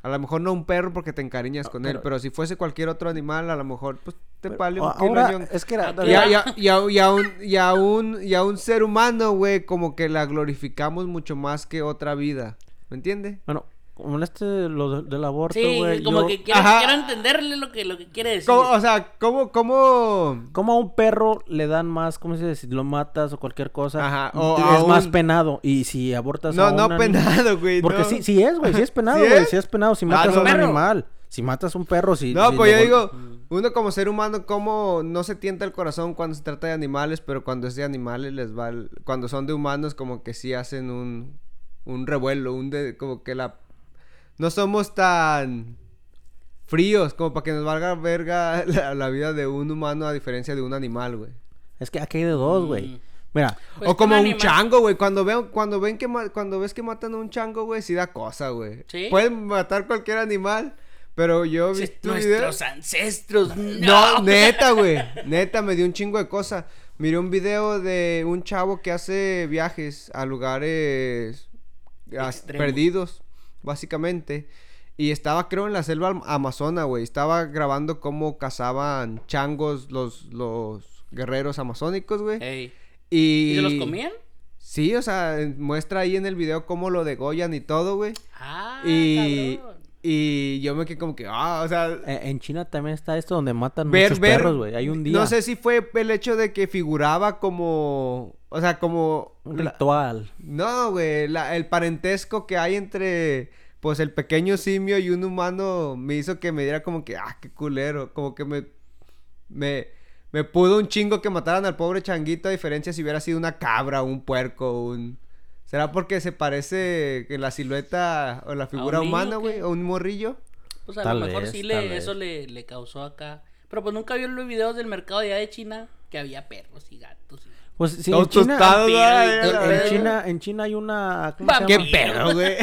[SPEAKER 1] A lo mejor no un perro porque te encariñas con él,
[SPEAKER 2] Ah, pero-
[SPEAKER 1] pero si fuese cualquier otro animal, a lo mejor pues te
[SPEAKER 2] Pero
[SPEAKER 1] vale un
[SPEAKER 2] a-
[SPEAKER 1] kilo
[SPEAKER 2] ahora, eh,
[SPEAKER 1] y un-
[SPEAKER 2] es que era-
[SPEAKER 3] Ah,
[SPEAKER 1] Y a,
[SPEAKER 3] ya.
[SPEAKER 1] y a- y a- y a un, y a un- y a un ser humano, güey, como que la glorificamos mucho más que otra vida. ¿Me entiende?
[SPEAKER 2] bueno, como en este lo de- del aborto,
[SPEAKER 3] Sí,
[SPEAKER 2] güey,
[SPEAKER 3] como
[SPEAKER 2] yo-
[SPEAKER 3] que quiero,
[SPEAKER 1] Ajá.
[SPEAKER 3] quiero entenderle lo que, lo que quiere decir.
[SPEAKER 1] ¿Cómo- o sea, ¿cómo, cómo?
[SPEAKER 2] como a un perro le dan más, ¿cómo se dice? Si lo matas o cualquier cosa,
[SPEAKER 1] Ajá, o
[SPEAKER 2] es
[SPEAKER 1] a
[SPEAKER 2] más
[SPEAKER 1] un-
[SPEAKER 2] penado. Y si abortas a
[SPEAKER 1] No,
[SPEAKER 2] un
[SPEAKER 1] no
[SPEAKER 2] ani-
[SPEAKER 1] penado, güey.
[SPEAKER 2] Porque
[SPEAKER 1] no.
[SPEAKER 2] sí, sí es, güey, sí es penado,
[SPEAKER 1] ¿Sí
[SPEAKER 2] güey,
[SPEAKER 1] es?
[SPEAKER 2] sí es penado si
[SPEAKER 1] Ah, no.
[SPEAKER 2] matas a un
[SPEAKER 1] Perro.
[SPEAKER 2] animal, si matas a un perro, si
[SPEAKER 1] No,
[SPEAKER 2] si
[SPEAKER 1] pues
[SPEAKER 2] lo
[SPEAKER 1] yo
[SPEAKER 2] vol-
[SPEAKER 1] digo, uno como ser humano, como no se tienta el corazón cuando se trata de animales, pero cuando es de animales les va... el- Cuando son de humanos como que sí hacen un, un revuelo, un de... como que la... No somos tan fríos como para que nos valga verga la, la vida de un humano a diferencia de un animal, güey.
[SPEAKER 2] Es que aquí hay de dos,
[SPEAKER 1] Mm.
[SPEAKER 2] güey. Mira,
[SPEAKER 3] Pues
[SPEAKER 1] o
[SPEAKER 3] que
[SPEAKER 1] como un
[SPEAKER 3] animal-
[SPEAKER 1] chango, güey. Cuando veo, cuando ven que ma- cuando ves que matan a un chango, güey, sí da cosa, güey.
[SPEAKER 3] ¿Sí?
[SPEAKER 1] Pueden matar cualquier animal, pero yo vi
[SPEAKER 3] Sí,
[SPEAKER 1] un video-
[SPEAKER 3] Nuestros ancestros.
[SPEAKER 1] Pues, No,
[SPEAKER 3] No.
[SPEAKER 1] neta, güey. Neta, me dio un chingo de cosas. Miré un video de un chavo que hace viajes a lugares as-
[SPEAKER 3] Extremos.
[SPEAKER 1] perdidos, básicamente. Y estaba, creo, en la selva am- amazona, güey. Estaba grabando cómo cazaban changos los, los guerreros amazónicos, güey.
[SPEAKER 3] Ey.
[SPEAKER 1] Y...
[SPEAKER 3] Eh, ¿Y se los comían?
[SPEAKER 1] Sí, o sea, en- muestra ahí en el video cómo lo degollan y todo, güey.
[SPEAKER 3] Ah,
[SPEAKER 1] y...
[SPEAKER 3] cabrón.
[SPEAKER 1] Y yo me quedé como que, ah, o sea,
[SPEAKER 2] Eh, En China también está esto donde matan
[SPEAKER 1] ver,
[SPEAKER 2] muchos
[SPEAKER 1] ver,
[SPEAKER 2] perros, güey. Hay un día.
[SPEAKER 1] No sé si fue el hecho de que figuraba como. O sea, como.
[SPEAKER 2] Un
[SPEAKER 1] la-
[SPEAKER 2] ritual.
[SPEAKER 1] no, güey. la- El parentesco que hay entre. Pues el pequeño simio y un humano me hizo que me diera como que. Ah, qué culero. Como que me. Me. Me pudo un chingo que mataran al pobre changuito. A diferencia si hubiera sido una cabra, un puerco, un. ¿Será porque se parece que la silueta o la figura
[SPEAKER 3] niño
[SPEAKER 1] humana,
[SPEAKER 3] o
[SPEAKER 1] güey?
[SPEAKER 3] qué?
[SPEAKER 1] ¿O un morrillo?
[SPEAKER 3] Pues a
[SPEAKER 2] Tal
[SPEAKER 3] lo mejor
[SPEAKER 2] vez,
[SPEAKER 3] sí
[SPEAKER 2] tal
[SPEAKER 3] le,
[SPEAKER 2] vez.
[SPEAKER 3] eso le, le causó acá. Pero pues nunca vio los videos del mercado de allá de China que había perros y gatos. y-
[SPEAKER 2] Pues sí, en
[SPEAKER 1] Todos
[SPEAKER 2] China,
[SPEAKER 1] tostados,
[SPEAKER 3] en-
[SPEAKER 1] ay, a
[SPEAKER 2] en,
[SPEAKER 1] la
[SPEAKER 2] en
[SPEAKER 1] verga.
[SPEAKER 2] China, en China hay una. ¿cómo
[SPEAKER 3] Papi.
[SPEAKER 2] se
[SPEAKER 1] ¿Qué
[SPEAKER 2] llama?
[SPEAKER 1] pedo, güey?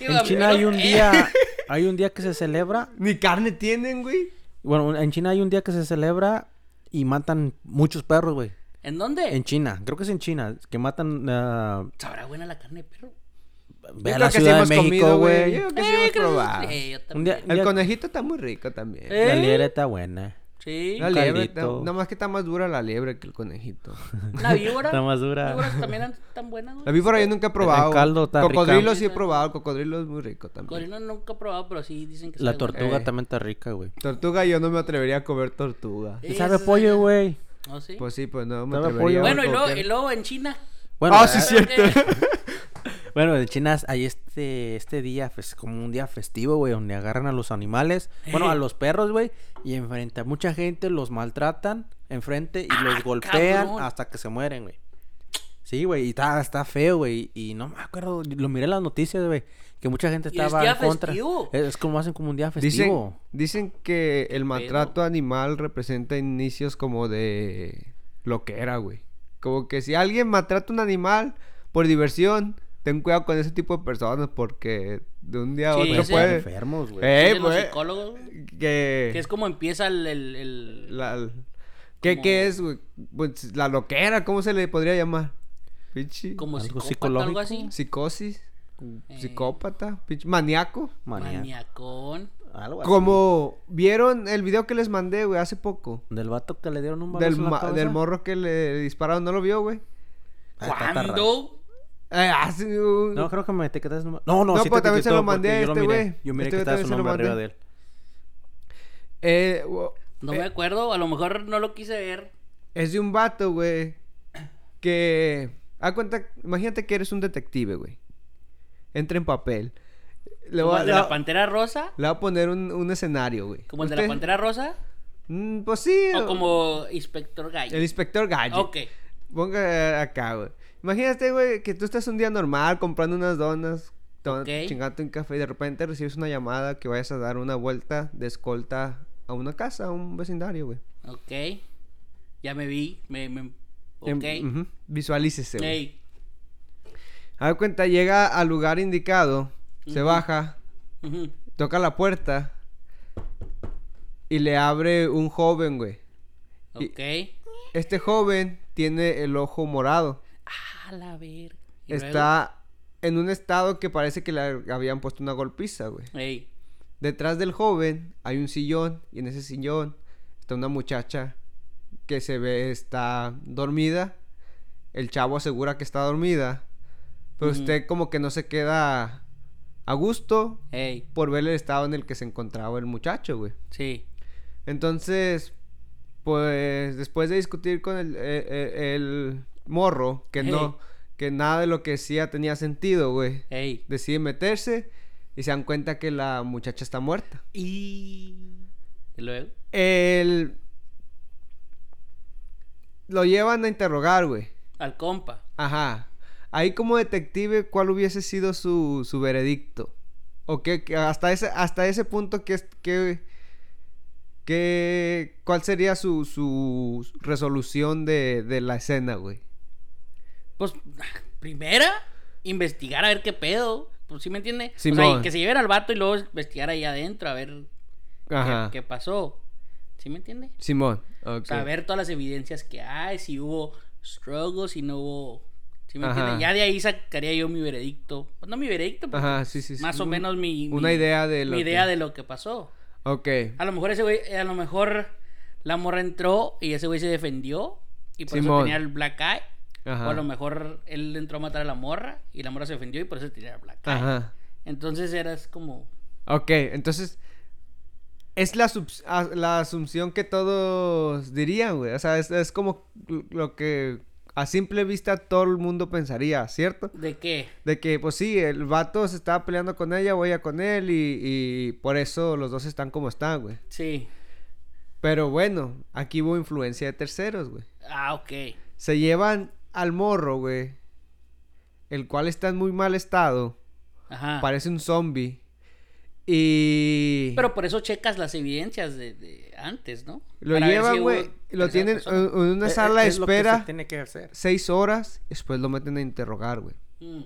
[SPEAKER 2] En China hay un
[SPEAKER 3] eh,
[SPEAKER 2] día, hay un día que se celebra.
[SPEAKER 1] Ni carne tienen, güey.
[SPEAKER 2] Bueno, en China hay un día que se celebra y matan muchos perros, güey.
[SPEAKER 3] ¿En dónde?
[SPEAKER 2] En China, creo que es en China, que matan. ah,
[SPEAKER 3] ¿Sabrá buena la carne de perro?
[SPEAKER 2] ve a
[SPEAKER 1] Yo creo
[SPEAKER 2] la
[SPEAKER 1] que sí
[SPEAKER 2] Ciudad
[SPEAKER 1] hemos
[SPEAKER 2] de México,
[SPEAKER 1] comido,
[SPEAKER 2] güey.
[SPEAKER 1] Yo creo que sí
[SPEAKER 3] Eh,
[SPEAKER 1] hemos
[SPEAKER 3] creo que-
[SPEAKER 1] probado.
[SPEAKER 3] Sí, yo
[SPEAKER 2] Un día-
[SPEAKER 3] también.
[SPEAKER 1] El
[SPEAKER 2] ya-
[SPEAKER 1] conejito está muy rico también.
[SPEAKER 3] Eh,
[SPEAKER 2] La liebre está buena.
[SPEAKER 3] Sí.
[SPEAKER 1] la liebre, está-
[SPEAKER 2] caldito.
[SPEAKER 1] nada más que está más dura la liebre que el conejito.
[SPEAKER 3] La víbora.
[SPEAKER 2] Está más dura.
[SPEAKER 3] Las víboras también eran tan buenas, güey.
[SPEAKER 1] La víbora yo nunca he probado.
[SPEAKER 2] caldo está rica.
[SPEAKER 1] cocodrilo sí he probado, el cocodrilo es muy rico también.
[SPEAKER 3] Corino nunca he probado, pero sí dicen que
[SPEAKER 2] La
[SPEAKER 3] sabe bueno.
[SPEAKER 2] tortuga
[SPEAKER 1] Eh.
[SPEAKER 2] también está rica, güey.
[SPEAKER 1] Tortuga yo no me atrevería a comer tortuga.
[SPEAKER 2] Y
[SPEAKER 3] Sí,
[SPEAKER 2] sabe
[SPEAKER 3] eso
[SPEAKER 2] a pollo,
[SPEAKER 3] sí.
[SPEAKER 2] güey.
[SPEAKER 3] ¿No, ¿Oh, sí?
[SPEAKER 1] Pues sí, pues no me
[SPEAKER 2] Sabe a
[SPEAKER 1] atrevería.
[SPEAKER 2] pollo.
[SPEAKER 1] a
[SPEAKER 3] bueno, y luego,
[SPEAKER 1] comer.
[SPEAKER 3] y luego en China.
[SPEAKER 2] Bueno,
[SPEAKER 1] Ah, sí,
[SPEAKER 2] eh,
[SPEAKER 1] es cierto.
[SPEAKER 2] Bueno, en China hay este, este día, pues, como un día festivo, güey, donde agarran a los animales, bueno, a los perros, güey, y enfrente a mucha gente los maltratan enfrente y los golpean
[SPEAKER 3] Ah, cabrón.
[SPEAKER 2] hasta que se mueren, güey. Sí, güey, y está, está feo, güey. Y no me acuerdo, lo miré en las noticias, güey. Que mucha gente
[SPEAKER 3] Y es
[SPEAKER 2] estaba
[SPEAKER 3] día
[SPEAKER 2] en contra.
[SPEAKER 3] festivo.
[SPEAKER 2] Es, es como hacen como un
[SPEAKER 3] Pues,
[SPEAKER 2] día
[SPEAKER 1] Dicen,
[SPEAKER 2] festivo.
[SPEAKER 1] dicen que el maltrato animal representa inicios como de lo que era, güey. Como que si alguien maltrata a un animal por diversión, ten cuidado con ese tipo de personas porque de un día a
[SPEAKER 3] Sí,
[SPEAKER 1] otro
[SPEAKER 2] Güey,
[SPEAKER 3] ese-
[SPEAKER 2] están
[SPEAKER 1] puede...
[SPEAKER 2] enfermos, güey.
[SPEAKER 1] Eh,
[SPEAKER 3] Dicen los
[SPEAKER 1] pues,
[SPEAKER 3] psicólogos
[SPEAKER 1] que...
[SPEAKER 3] que es como empieza el, el- el-
[SPEAKER 1] la- ¿Qué,
[SPEAKER 3] como-
[SPEAKER 1] qué es, güey? Pues, la loquera, ¿cómo se le podría llamar? Pinche...
[SPEAKER 3] como
[SPEAKER 2] Algo
[SPEAKER 3] psicópata,
[SPEAKER 2] psicológico.
[SPEAKER 3] algo así.
[SPEAKER 1] Psicosis,
[SPEAKER 3] Eh.
[SPEAKER 1] psicópata, pinche maníaco.
[SPEAKER 2] Manía.
[SPEAKER 3] Maniacón.
[SPEAKER 2] Algo así.
[SPEAKER 1] Como vieron el video que les mandé, güey, hace poco.
[SPEAKER 2] Del vato que le dieron un balazo
[SPEAKER 1] Del,
[SPEAKER 2] en la
[SPEAKER 1] ma-
[SPEAKER 2] cabeza.
[SPEAKER 1] del morro que le dispararon, ¿no lo vio, güey?
[SPEAKER 2] Ah, está- está raro.
[SPEAKER 3] ¿Cuándo?
[SPEAKER 1] Eh, hace un-
[SPEAKER 2] No, creo que me te quedas No, no,
[SPEAKER 1] No,
[SPEAKER 2] sí te
[SPEAKER 1] pues, también se
[SPEAKER 2] etiquetó
[SPEAKER 1] lo mandé
[SPEAKER 2] porque
[SPEAKER 1] a
[SPEAKER 2] yo
[SPEAKER 1] este
[SPEAKER 2] miré.
[SPEAKER 1] güey.
[SPEAKER 2] Yo miré
[SPEAKER 1] Este
[SPEAKER 2] que
[SPEAKER 1] güey
[SPEAKER 2] estaba su
[SPEAKER 1] también se lo
[SPEAKER 2] nombre arriba de
[SPEAKER 1] mandé.
[SPEAKER 2] él.
[SPEAKER 1] Eh, wo-
[SPEAKER 3] No me acuerdo, a lo mejor no lo quise ver.
[SPEAKER 1] es de un vato, güey. Que. Haz cuenta, imagínate que eres un detective, güey. Entra en papel. Le
[SPEAKER 3] Como
[SPEAKER 1] voy, a,
[SPEAKER 3] el de la
[SPEAKER 1] le-
[SPEAKER 3] Pantera Rosa.
[SPEAKER 1] le voy a poner un, un escenario, güey.
[SPEAKER 3] Como el de la
[SPEAKER 1] Usted-
[SPEAKER 3] Pantera Rosa.
[SPEAKER 1] Mm, pues sí.
[SPEAKER 3] O como Inspector Guy.
[SPEAKER 1] El inspector Gadget.
[SPEAKER 3] Ok.
[SPEAKER 1] Ponga eh, acá, güey. Imagínate, güey, que tú estás un día normal comprando unas donas, to-
[SPEAKER 3] Ok.
[SPEAKER 1] chingándote un café y de repente recibes una llamada que vayas a dar una vuelta de escolta a una casa, a un vecindario, güey.
[SPEAKER 3] Ok. Ya me vi. Me, me...
[SPEAKER 1] Em,
[SPEAKER 3] Ok.
[SPEAKER 1] ujú, Visualícese, güey.
[SPEAKER 3] Ey.
[SPEAKER 1] A cuenta, llega al lugar indicado, se
[SPEAKER 3] Ujú.
[SPEAKER 1] baja,
[SPEAKER 3] Ujú.
[SPEAKER 1] toca la puerta y le abre un joven, güey. Y-
[SPEAKER 3] Ok.
[SPEAKER 1] Este joven tiene el ojo morado.
[SPEAKER 3] Ah, la verga. ¿Y
[SPEAKER 1] Está en un estado que parece que le habían puesto una golpiza, güey.
[SPEAKER 3] luego? Ey.
[SPEAKER 1] Detrás del joven hay un sillón y en ese sillón está una muchacha que se ve está dormida. El chavo asegura que está dormida, pero
[SPEAKER 3] Ujú.
[SPEAKER 1] usted como que no se queda a gusto
[SPEAKER 3] Ey.
[SPEAKER 1] por ver el estado en el que se encontraba el muchacho, güey.
[SPEAKER 3] Sí.
[SPEAKER 1] Entonces, pues después de discutir con el, eh, eh, el morro que
[SPEAKER 3] Ey.
[SPEAKER 1] no que nada de lo que decía tenía sentido, güey.
[SPEAKER 3] Ey.
[SPEAKER 1] Decide meterse y se dan cuenta que la muchacha está muerta.
[SPEAKER 3] Y... ¿Y luego?
[SPEAKER 1] El... Lo llevan a interrogar, güey.
[SPEAKER 3] Al compa.
[SPEAKER 1] Ajá. Ahí como detective, ¿cuál hubiese sido su, su veredicto? ¿O qué, qué- hasta, ese, hasta ese punto, ¿qué, es- qué, qué- cuál sería su, su resolución de, de la escena, güey?
[SPEAKER 3] Pues, primera, investigar a ver qué pedo. Pues, ¿sí me entiende? O sea,
[SPEAKER 1] Simón.
[SPEAKER 3] y que se lleven al vato y luego investigar ahí adentro a ver qué-
[SPEAKER 1] Ajá.
[SPEAKER 3] qué, pasó. ¿Sí me entiende?
[SPEAKER 1] Simón. ok.
[SPEAKER 3] O sea, ver todas las evidencias que hay, si hubo struggles, si no hubo... ¿Sí me
[SPEAKER 1] Ajá.
[SPEAKER 3] entiende? Ya de ahí sacaría yo mi veredicto. Pues, no mi veredicto, pero
[SPEAKER 1] Ajá, sí, sí. sí.
[SPEAKER 3] más o
[SPEAKER 1] Un-
[SPEAKER 3] menos mi... mi-
[SPEAKER 1] Una idea de lo
[SPEAKER 3] Mi idea
[SPEAKER 1] que-
[SPEAKER 3] de lo que pasó.
[SPEAKER 1] Ok.
[SPEAKER 3] A lo mejor ese güey, eh, a lo mejor la morra entró y ese güey se defendió y por
[SPEAKER 1] Simón.
[SPEAKER 3] eso tenía el black eye.
[SPEAKER 1] Ajá.
[SPEAKER 3] O a lo mejor él entró a matar a la morra y la morra se defendió y por eso tenía el black eye.
[SPEAKER 1] Ajá.
[SPEAKER 3] Entonces eras como
[SPEAKER 1] Ok, entonces... Es la, subs- a- la asunción que todos dirían, güey. O sea, es, es como lo que a simple vista todo el mundo pensaría, ¿cierto?
[SPEAKER 3] de qué.
[SPEAKER 1] De que, pues sí, el vato se estaba peleando con ella o ella con él y, y por eso los dos están como están, güey.
[SPEAKER 3] Sí.
[SPEAKER 1] Pero bueno, aquí hubo influencia de terceros, güey.
[SPEAKER 3] Ah, ok.
[SPEAKER 1] Se llevan al morro, güey. El cual está en muy mal estado.
[SPEAKER 3] Ajá.
[SPEAKER 1] Parece un zombie. Y...
[SPEAKER 3] Pero por eso checas las evidencias de, de antes, ¿no?
[SPEAKER 1] Lo
[SPEAKER 3] Para ver
[SPEAKER 1] llevan,
[SPEAKER 3] si hubo
[SPEAKER 1] güey. lo
[SPEAKER 3] tercera
[SPEAKER 1] tienen en
[SPEAKER 3] persona.
[SPEAKER 1] en una
[SPEAKER 2] Eh,
[SPEAKER 1] sala
[SPEAKER 2] eh,
[SPEAKER 1] de
[SPEAKER 2] es lo que se
[SPEAKER 1] espera
[SPEAKER 2] tiene que hacer.
[SPEAKER 1] seis horas. y Después lo meten a interrogar, güey.
[SPEAKER 3] Mm.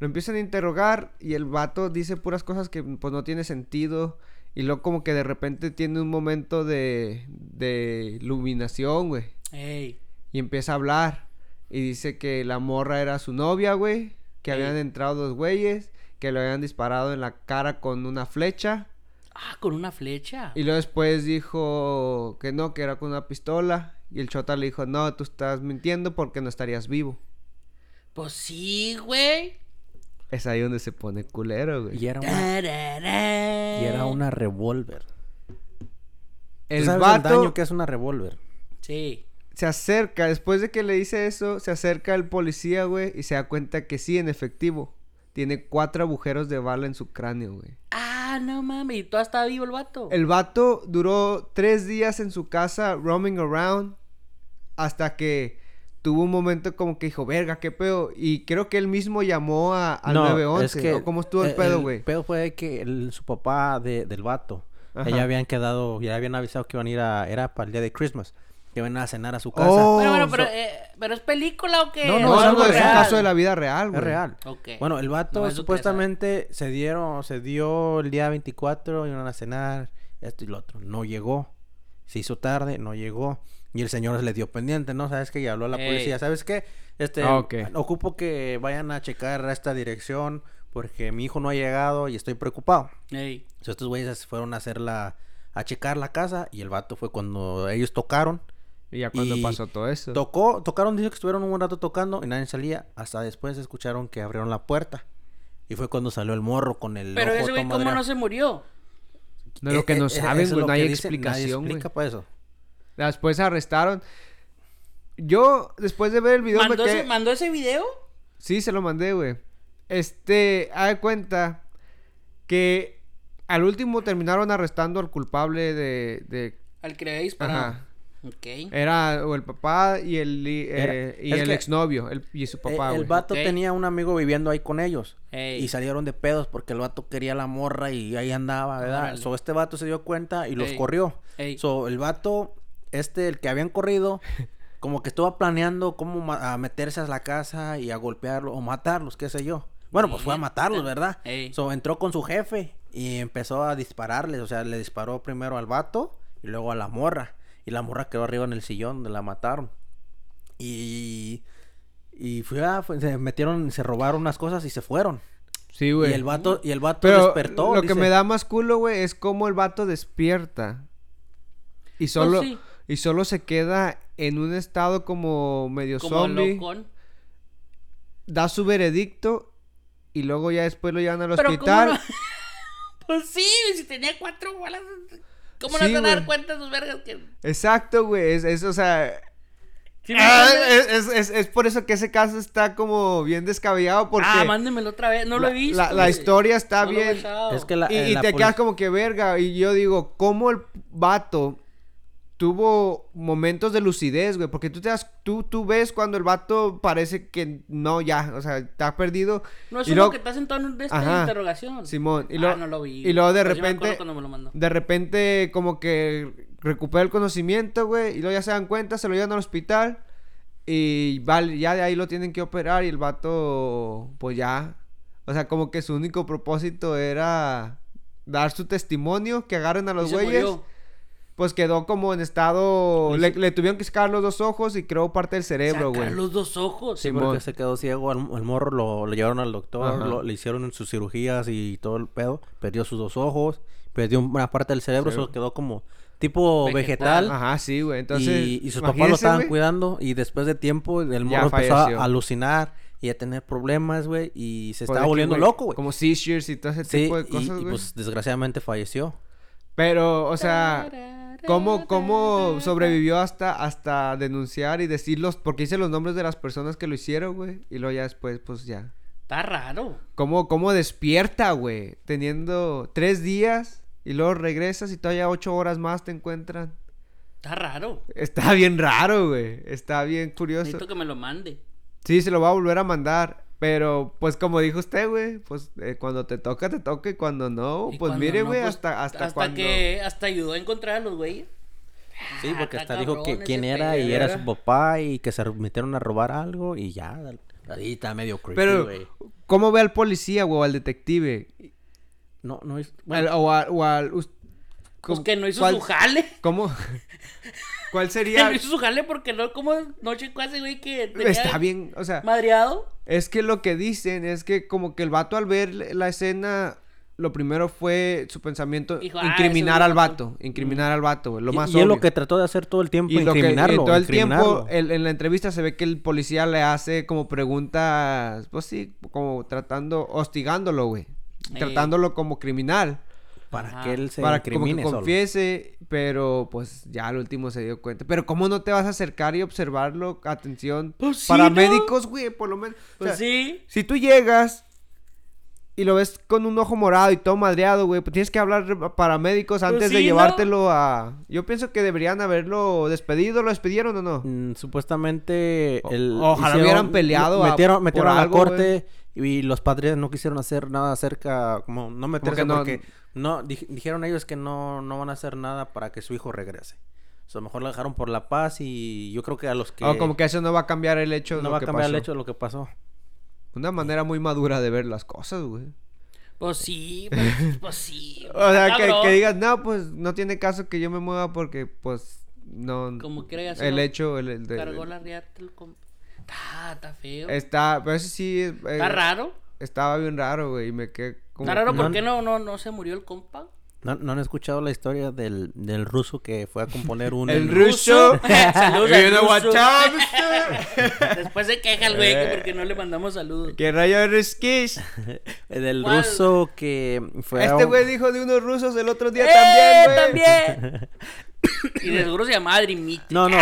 [SPEAKER 1] Lo empiezan a interrogar y el vato dice puras cosas que pues no tiene sentido. Y luego como que de repente tiene un momento de, de iluminación, güey.
[SPEAKER 3] Ey.
[SPEAKER 1] Y empieza a hablar. Y dice que la morra era su novia, güey. Que
[SPEAKER 3] Ey.
[SPEAKER 1] habían entrado dos güeyes. Que le habían disparado en la cara con una flecha.
[SPEAKER 3] Ah, con una flecha.
[SPEAKER 1] Y luego después dijo que no, que era con una pistola. Y el chota le dijo, no, tú estás mintiendo porque no estarías vivo.
[SPEAKER 3] Pues sí, güey.
[SPEAKER 1] Es ahí donde se pone culero, güey.
[SPEAKER 2] Y era una,
[SPEAKER 3] Tararán.
[SPEAKER 2] y era una revólver. ¿Tú
[SPEAKER 1] El
[SPEAKER 2] sabes
[SPEAKER 1] vato...
[SPEAKER 2] el daño que es una revólver?
[SPEAKER 3] Sí.
[SPEAKER 1] se acerca, después de que le dice eso, se acerca el policía, güey, y se da cuenta que sí, en efectivo, tiene cuatro agujeros de bala en su cráneo, güey.
[SPEAKER 3] Ah, no mames. Y todavía está vivo el vato.
[SPEAKER 1] El vato duró tres días en su casa, roaming around, hasta que tuvo un momento como que dijo, verga, qué pedo. Y creo que él mismo llamó a, al
[SPEAKER 2] No,
[SPEAKER 1] 911.
[SPEAKER 2] es que eh, e-,
[SPEAKER 1] ¿o ¿Cómo estuvo el, pedo, güey?
[SPEAKER 2] El pedo fue que el- su papá de- del vato,
[SPEAKER 1] Ajá.
[SPEAKER 2] ya habían quedado, ya habían avisado que iban a ir a, era para el día de Christmas, que iban a cenar a su casa.
[SPEAKER 1] Oh,
[SPEAKER 3] Bueno, bueno, pero,
[SPEAKER 1] so-
[SPEAKER 3] eh, ¿pero es película o qué?
[SPEAKER 1] No,
[SPEAKER 2] No, es
[SPEAKER 1] no,
[SPEAKER 2] algo
[SPEAKER 1] es un
[SPEAKER 2] real.
[SPEAKER 1] caso de la vida real, güey.
[SPEAKER 2] Es real.
[SPEAKER 3] Ok.
[SPEAKER 2] Bueno, el vato
[SPEAKER 3] Eh, Nomás eso
[SPEAKER 2] supuestamente se dieron, se dio el día 24, iban a cenar, esto y lo otro. No llegó. Se hizo tarde, no llegó. Y el señor le dio pendiente, ¿no? ¿Sabes qué? Y habló a la
[SPEAKER 3] Ey.
[SPEAKER 2] policía. ¿Sabes qué? Este,
[SPEAKER 1] Ah, ok.
[SPEAKER 2] ocupo que vayan a checar a esta dirección porque mi hijo no ha llegado y estoy preocupado.
[SPEAKER 3] Ey.
[SPEAKER 2] Entonces, estos güeyes fueron a hacer la, a checar la casa y el vato fue cuando ellos tocaron.
[SPEAKER 1] Y ya cuando
[SPEAKER 2] Y
[SPEAKER 1] pasó todo eso.
[SPEAKER 2] Tocó, tocaron, dijo que estuvieron un buen rato tocando y nadie salía. Hasta después escucharon que abrieron la puerta. Y fue cuando salió el morro con el
[SPEAKER 3] Pero
[SPEAKER 2] ojo
[SPEAKER 3] ese güey,
[SPEAKER 2] todo
[SPEAKER 3] ¿cómo
[SPEAKER 2] madreado.
[SPEAKER 3] no se murió?
[SPEAKER 1] No, lo que
[SPEAKER 2] Eh,
[SPEAKER 1] no
[SPEAKER 2] eh,
[SPEAKER 1] saben,
[SPEAKER 2] eso es
[SPEAKER 1] güey, no
[SPEAKER 2] lo que
[SPEAKER 1] hay
[SPEAKER 2] dicen, nadie
[SPEAKER 1] explicación, güey.
[SPEAKER 2] explica pa' eso.
[SPEAKER 1] Después arrestaron. Yo, después de ver el video, me
[SPEAKER 3] ¿Mandó,
[SPEAKER 1] quedé...
[SPEAKER 3] ese, ¿Mandó ese video?
[SPEAKER 1] Sí, se lo mandé, güey. Este, haz de cuenta que al último terminaron arrestando al culpable de... de-
[SPEAKER 3] Al que le había disparado.
[SPEAKER 1] ajá. Eh,
[SPEAKER 3] Ok.
[SPEAKER 1] Era o el papá y el, y,
[SPEAKER 2] Era-
[SPEAKER 1] eh, y
[SPEAKER 2] es
[SPEAKER 1] el
[SPEAKER 2] que-
[SPEAKER 1] exnovio el- y su papá,
[SPEAKER 2] Eh,
[SPEAKER 1] güey.
[SPEAKER 2] el vato
[SPEAKER 3] Ok.
[SPEAKER 2] tenía un amigo viviendo ahí con ellos.
[SPEAKER 3] Ey.
[SPEAKER 2] Y salieron de pedos porque el vato quería la morra y ahí andaba, ¿verdad?
[SPEAKER 3] Órale.
[SPEAKER 2] So, este vato se dio cuenta y los
[SPEAKER 3] Ey.
[SPEAKER 2] corrió.
[SPEAKER 3] Ey.
[SPEAKER 2] So, el vato, este, el que habían corrido, como que estaba planeando cómo ma- a meterse a la casa y a golpearlo o matarlos, qué sé yo. Bueno, pues fue a matarlos, ¿verdad?
[SPEAKER 3] Ey.
[SPEAKER 2] So, entró con su jefe y empezó a dispararles. O sea, le disparó primero al vato y luego a la morra. Y la morra quedó arriba en el sillón donde la mataron. Y. Y fue a- fue- se metieron, se robaron unas cosas y se fueron.
[SPEAKER 1] Sí, güey.
[SPEAKER 2] Y el vato, y el vato
[SPEAKER 1] Pero
[SPEAKER 2] despertó.
[SPEAKER 1] lo que
[SPEAKER 2] dice.
[SPEAKER 1] me da más culo, güey, es cómo el vato despierta. Y solo,
[SPEAKER 3] Pues sí.
[SPEAKER 1] y solo se queda en un estado como medio
[SPEAKER 3] Como
[SPEAKER 1] zombie.
[SPEAKER 3] locón.
[SPEAKER 1] Da su veredicto y luego ya después lo llevan al
[SPEAKER 3] Pero
[SPEAKER 1] hospital.
[SPEAKER 3] ¿cómo no? pues sí, si tenía cuatro balas. ¿Cómo
[SPEAKER 1] Sí,
[SPEAKER 3] no se van a
[SPEAKER 1] güey.
[SPEAKER 3] dar cuenta sus vergas que...
[SPEAKER 1] Exacto, güey. Es, es, o sea.
[SPEAKER 3] ¿Sí me
[SPEAKER 1] ah,
[SPEAKER 3] entiendes?
[SPEAKER 1] es, es- es- es por eso que ese caso está como bien descabellado. Porque
[SPEAKER 3] Ah, mándemelo otra vez. No lo
[SPEAKER 1] la,
[SPEAKER 3] he visto.
[SPEAKER 1] la- la
[SPEAKER 3] güey.
[SPEAKER 1] historia está
[SPEAKER 3] No lo he
[SPEAKER 1] bien.
[SPEAKER 3] bajado.
[SPEAKER 2] Es que la-
[SPEAKER 1] Y,
[SPEAKER 2] eh,
[SPEAKER 1] y
[SPEAKER 2] la
[SPEAKER 1] te quedas
[SPEAKER 2] polic-
[SPEAKER 1] como que verga. Y yo digo, ¿cómo el vato tuvo momentos de lucidez, güey? Porque tú te das, tú, tú ves cuando el vato parece que no, ya, o sea, está perdido.
[SPEAKER 3] No es
[SPEAKER 1] y
[SPEAKER 3] uno
[SPEAKER 1] luego-
[SPEAKER 3] que estás en tono de esta
[SPEAKER 1] Ajá.
[SPEAKER 3] interrogación.
[SPEAKER 1] Simón, y
[SPEAKER 3] Ah,
[SPEAKER 1] luego-
[SPEAKER 3] no lo vi.
[SPEAKER 1] y luego de
[SPEAKER 3] Pero sí me acuerdo
[SPEAKER 1] repente-
[SPEAKER 3] cuando me lo mandó.
[SPEAKER 1] De repente, como que recupera el conocimiento, güey. Y luego ya se dan cuenta, se lo llevan al hospital. Y vale, ya de ahí lo tienen que operar. Y el vato, pues ya. O sea, como que su único propósito era dar su testimonio, que agarren a
[SPEAKER 3] Y
[SPEAKER 1] los
[SPEAKER 3] se
[SPEAKER 1] güeyes.
[SPEAKER 3] murió.
[SPEAKER 1] Pues quedó como en estado. Le, le tuvieron que sacar los dos ojos y creo parte del cerebro,
[SPEAKER 3] Sacar
[SPEAKER 1] güey.
[SPEAKER 3] los dos ojos.
[SPEAKER 2] Sí,
[SPEAKER 1] Simón.
[SPEAKER 2] porque se quedó ciego. Al, al morro lo, lo llevaron al doctor,
[SPEAKER 1] Ajá.
[SPEAKER 2] lo- le hicieron sus cirugías y todo el pedo. Perdió sus dos ojos, perdió una parte del cerebro,
[SPEAKER 1] Cerebro.
[SPEAKER 2] solo quedó como tipo
[SPEAKER 3] Vegetal.
[SPEAKER 2] vegetal.
[SPEAKER 1] Ajá, sí, güey. Entonces.
[SPEAKER 2] y, y sus papás lo
[SPEAKER 1] imagínense,
[SPEAKER 2] estaban
[SPEAKER 1] güey.
[SPEAKER 2] cuidando. Y después de tiempo, el
[SPEAKER 1] Ya
[SPEAKER 2] morro empezó a
[SPEAKER 1] falleció.
[SPEAKER 2] alucinar y a tener problemas, güey. Y se
[SPEAKER 1] Pues
[SPEAKER 2] estaba
[SPEAKER 1] de que,
[SPEAKER 2] volviendo
[SPEAKER 1] güey,
[SPEAKER 2] loco, güey.
[SPEAKER 1] Como seizures y todo ese
[SPEAKER 2] Sí,
[SPEAKER 1] tipo de
[SPEAKER 2] y-
[SPEAKER 1] cosas,
[SPEAKER 2] y,
[SPEAKER 1] güey.
[SPEAKER 2] pues desgraciadamente falleció.
[SPEAKER 1] Pero, o sea. ¿Cómo, cómo sobrevivió hasta, hasta denunciar y decirlos? Porque hice los nombres de las personas que lo hicieron, güey. Y luego ya después, pues ya.
[SPEAKER 3] Está raro.
[SPEAKER 1] ¿Cómo, cómo despierta, güey? Teniendo tres días y luego regresas y todavía ocho horas más te encuentran.
[SPEAKER 3] Está raro.
[SPEAKER 1] Está bien raro, güey. Está bien curioso.
[SPEAKER 3] Necesito que me lo mande.
[SPEAKER 1] Sí, se lo va a volver a mandar. Pero, pues como dijo usted, güey, pues eh, cuando te toca, te toca y cuando no,
[SPEAKER 3] Y
[SPEAKER 1] pues
[SPEAKER 3] cuando
[SPEAKER 1] mire,
[SPEAKER 3] no,
[SPEAKER 1] güey,
[SPEAKER 3] pues,
[SPEAKER 1] hasta, hasta, cuando...
[SPEAKER 3] que hasta ayudó a encontrar a los güeyes.
[SPEAKER 2] Sí,
[SPEAKER 3] Ah,
[SPEAKER 2] porque
[SPEAKER 3] está
[SPEAKER 2] hasta dijo que
[SPEAKER 3] cabrón
[SPEAKER 2] quién
[SPEAKER 3] ese
[SPEAKER 2] era y
[SPEAKER 3] pedo.
[SPEAKER 2] era su papá y que se metieron a robar algo y ya. Ahí está medio creepy,
[SPEAKER 1] Pero,
[SPEAKER 2] güey.
[SPEAKER 1] ¿cómo ve al policía, güey, o al detective?
[SPEAKER 2] No, no es...
[SPEAKER 1] Al- o al, o al- us-
[SPEAKER 3] Pues
[SPEAKER 1] ¿cómo-
[SPEAKER 3] que no hizo
[SPEAKER 1] cuál-
[SPEAKER 3] su jale.
[SPEAKER 1] ¿Cómo? ¿Cuál
[SPEAKER 3] Que
[SPEAKER 1] sería?
[SPEAKER 3] no hizo su jale porque no, como no checó a ese güey que tenía
[SPEAKER 1] Está bien, o sea,
[SPEAKER 3] madreado.
[SPEAKER 1] es que lo que dicen es que como que el vato al ver l- la escena, lo primero fue su pensamiento
[SPEAKER 3] Dijo, Mm. "Ah,
[SPEAKER 1] incriminar
[SPEAKER 3] ese
[SPEAKER 1] al
[SPEAKER 3] güey mató".
[SPEAKER 1] vato, incriminar al vato, güey, lo
[SPEAKER 2] Y-
[SPEAKER 1] más
[SPEAKER 2] y, es lo
[SPEAKER 1] obvio.
[SPEAKER 2] que trató de hacer todo el tiempo,
[SPEAKER 1] y lo que- y
[SPEAKER 2] incriminarlo.
[SPEAKER 1] todo el tiempo
[SPEAKER 2] incriminarlo.
[SPEAKER 1] el- en la entrevista se ve que el policía le hace como preguntas, pues sí, como tratando, hostigándolo, güey,
[SPEAKER 3] Eh.
[SPEAKER 1] tratándolo como criminal.
[SPEAKER 2] Para
[SPEAKER 3] Ajá.
[SPEAKER 2] que él se
[SPEAKER 1] para que como que
[SPEAKER 2] incrimine solo.
[SPEAKER 1] confiese, pero pues ya al último se dio cuenta. Pero ¿cómo no te vas a acercar y observarlo? Atención,
[SPEAKER 3] Pues sí,
[SPEAKER 2] Pues
[SPEAKER 1] para médicos, güey, por lo menos. o
[SPEAKER 3] Pues
[SPEAKER 1] sea,
[SPEAKER 3] sí.
[SPEAKER 1] Si tú llegas y lo ves con un ojo morado y todo madreado, güey, pues tienes que hablar a paramédicos
[SPEAKER 2] Pues
[SPEAKER 1] antes de
[SPEAKER 3] sí, ¿no?
[SPEAKER 1] llevártelo a... Yo pienso que deberían haberlo despedido, ¿lo despidieron o no?
[SPEAKER 2] Mm, supuestamente el
[SPEAKER 1] ojalá hubieran peleado a-
[SPEAKER 2] metieron
[SPEAKER 1] por
[SPEAKER 2] metieron a la
[SPEAKER 1] algo,
[SPEAKER 2] corte y los padres no quisieron hacer nada acerca como no meterse
[SPEAKER 1] que no-
[SPEAKER 2] porque no dij- dijeron ellos que no no van a hacer nada para que su hijo regrese. O sea, mejor la dejaron por la paz y yo creo que a los que
[SPEAKER 1] O Ah, como que eso no va a cambiar el hecho de
[SPEAKER 2] no
[SPEAKER 1] lo
[SPEAKER 2] va a
[SPEAKER 1] que
[SPEAKER 2] cambiar el
[SPEAKER 1] pasó.
[SPEAKER 2] hecho de lo que pasó.
[SPEAKER 1] Una manera muy madura de ver las cosas, güey.
[SPEAKER 3] Pues sí, pues, pues sí.
[SPEAKER 1] O sea, que,
[SPEAKER 3] cabrón.
[SPEAKER 1] que digas, no, pues no tiene caso que yo me mueva porque, pues, no...
[SPEAKER 3] Como quiera ya se
[SPEAKER 1] El
[SPEAKER 3] lo
[SPEAKER 1] hecho, el... el de-
[SPEAKER 3] Cargó la riata el comp- Está, está feo.
[SPEAKER 1] Está, pero eso sí... eh,
[SPEAKER 3] Está raro.
[SPEAKER 1] Estaba bien raro, güey, y me quedé como...
[SPEAKER 3] Está raro
[SPEAKER 2] no-
[SPEAKER 3] porque no, no, no se murió el compa.
[SPEAKER 2] ¿No, no han escuchado la historia del, del ruso que fue a componer un
[SPEAKER 1] El ruso.
[SPEAKER 3] Saludos
[SPEAKER 1] You
[SPEAKER 3] al
[SPEAKER 1] know what
[SPEAKER 3] ruso.
[SPEAKER 1] time it is.
[SPEAKER 3] Después se queja el güey que
[SPEAKER 1] Eh.
[SPEAKER 3] porque no le mandamos saludos.
[SPEAKER 1] ¿Qué rayo eres, Kish?
[SPEAKER 2] Eh, del
[SPEAKER 3] ¿Cuál?
[SPEAKER 2] ruso que fue a
[SPEAKER 1] Este
[SPEAKER 2] un-
[SPEAKER 1] güey dijo de unos rusos el otro día
[SPEAKER 3] ¡Eh,
[SPEAKER 1] también, güey.
[SPEAKER 3] también! y de seguro se llamaba Dreamit.
[SPEAKER 2] No, no.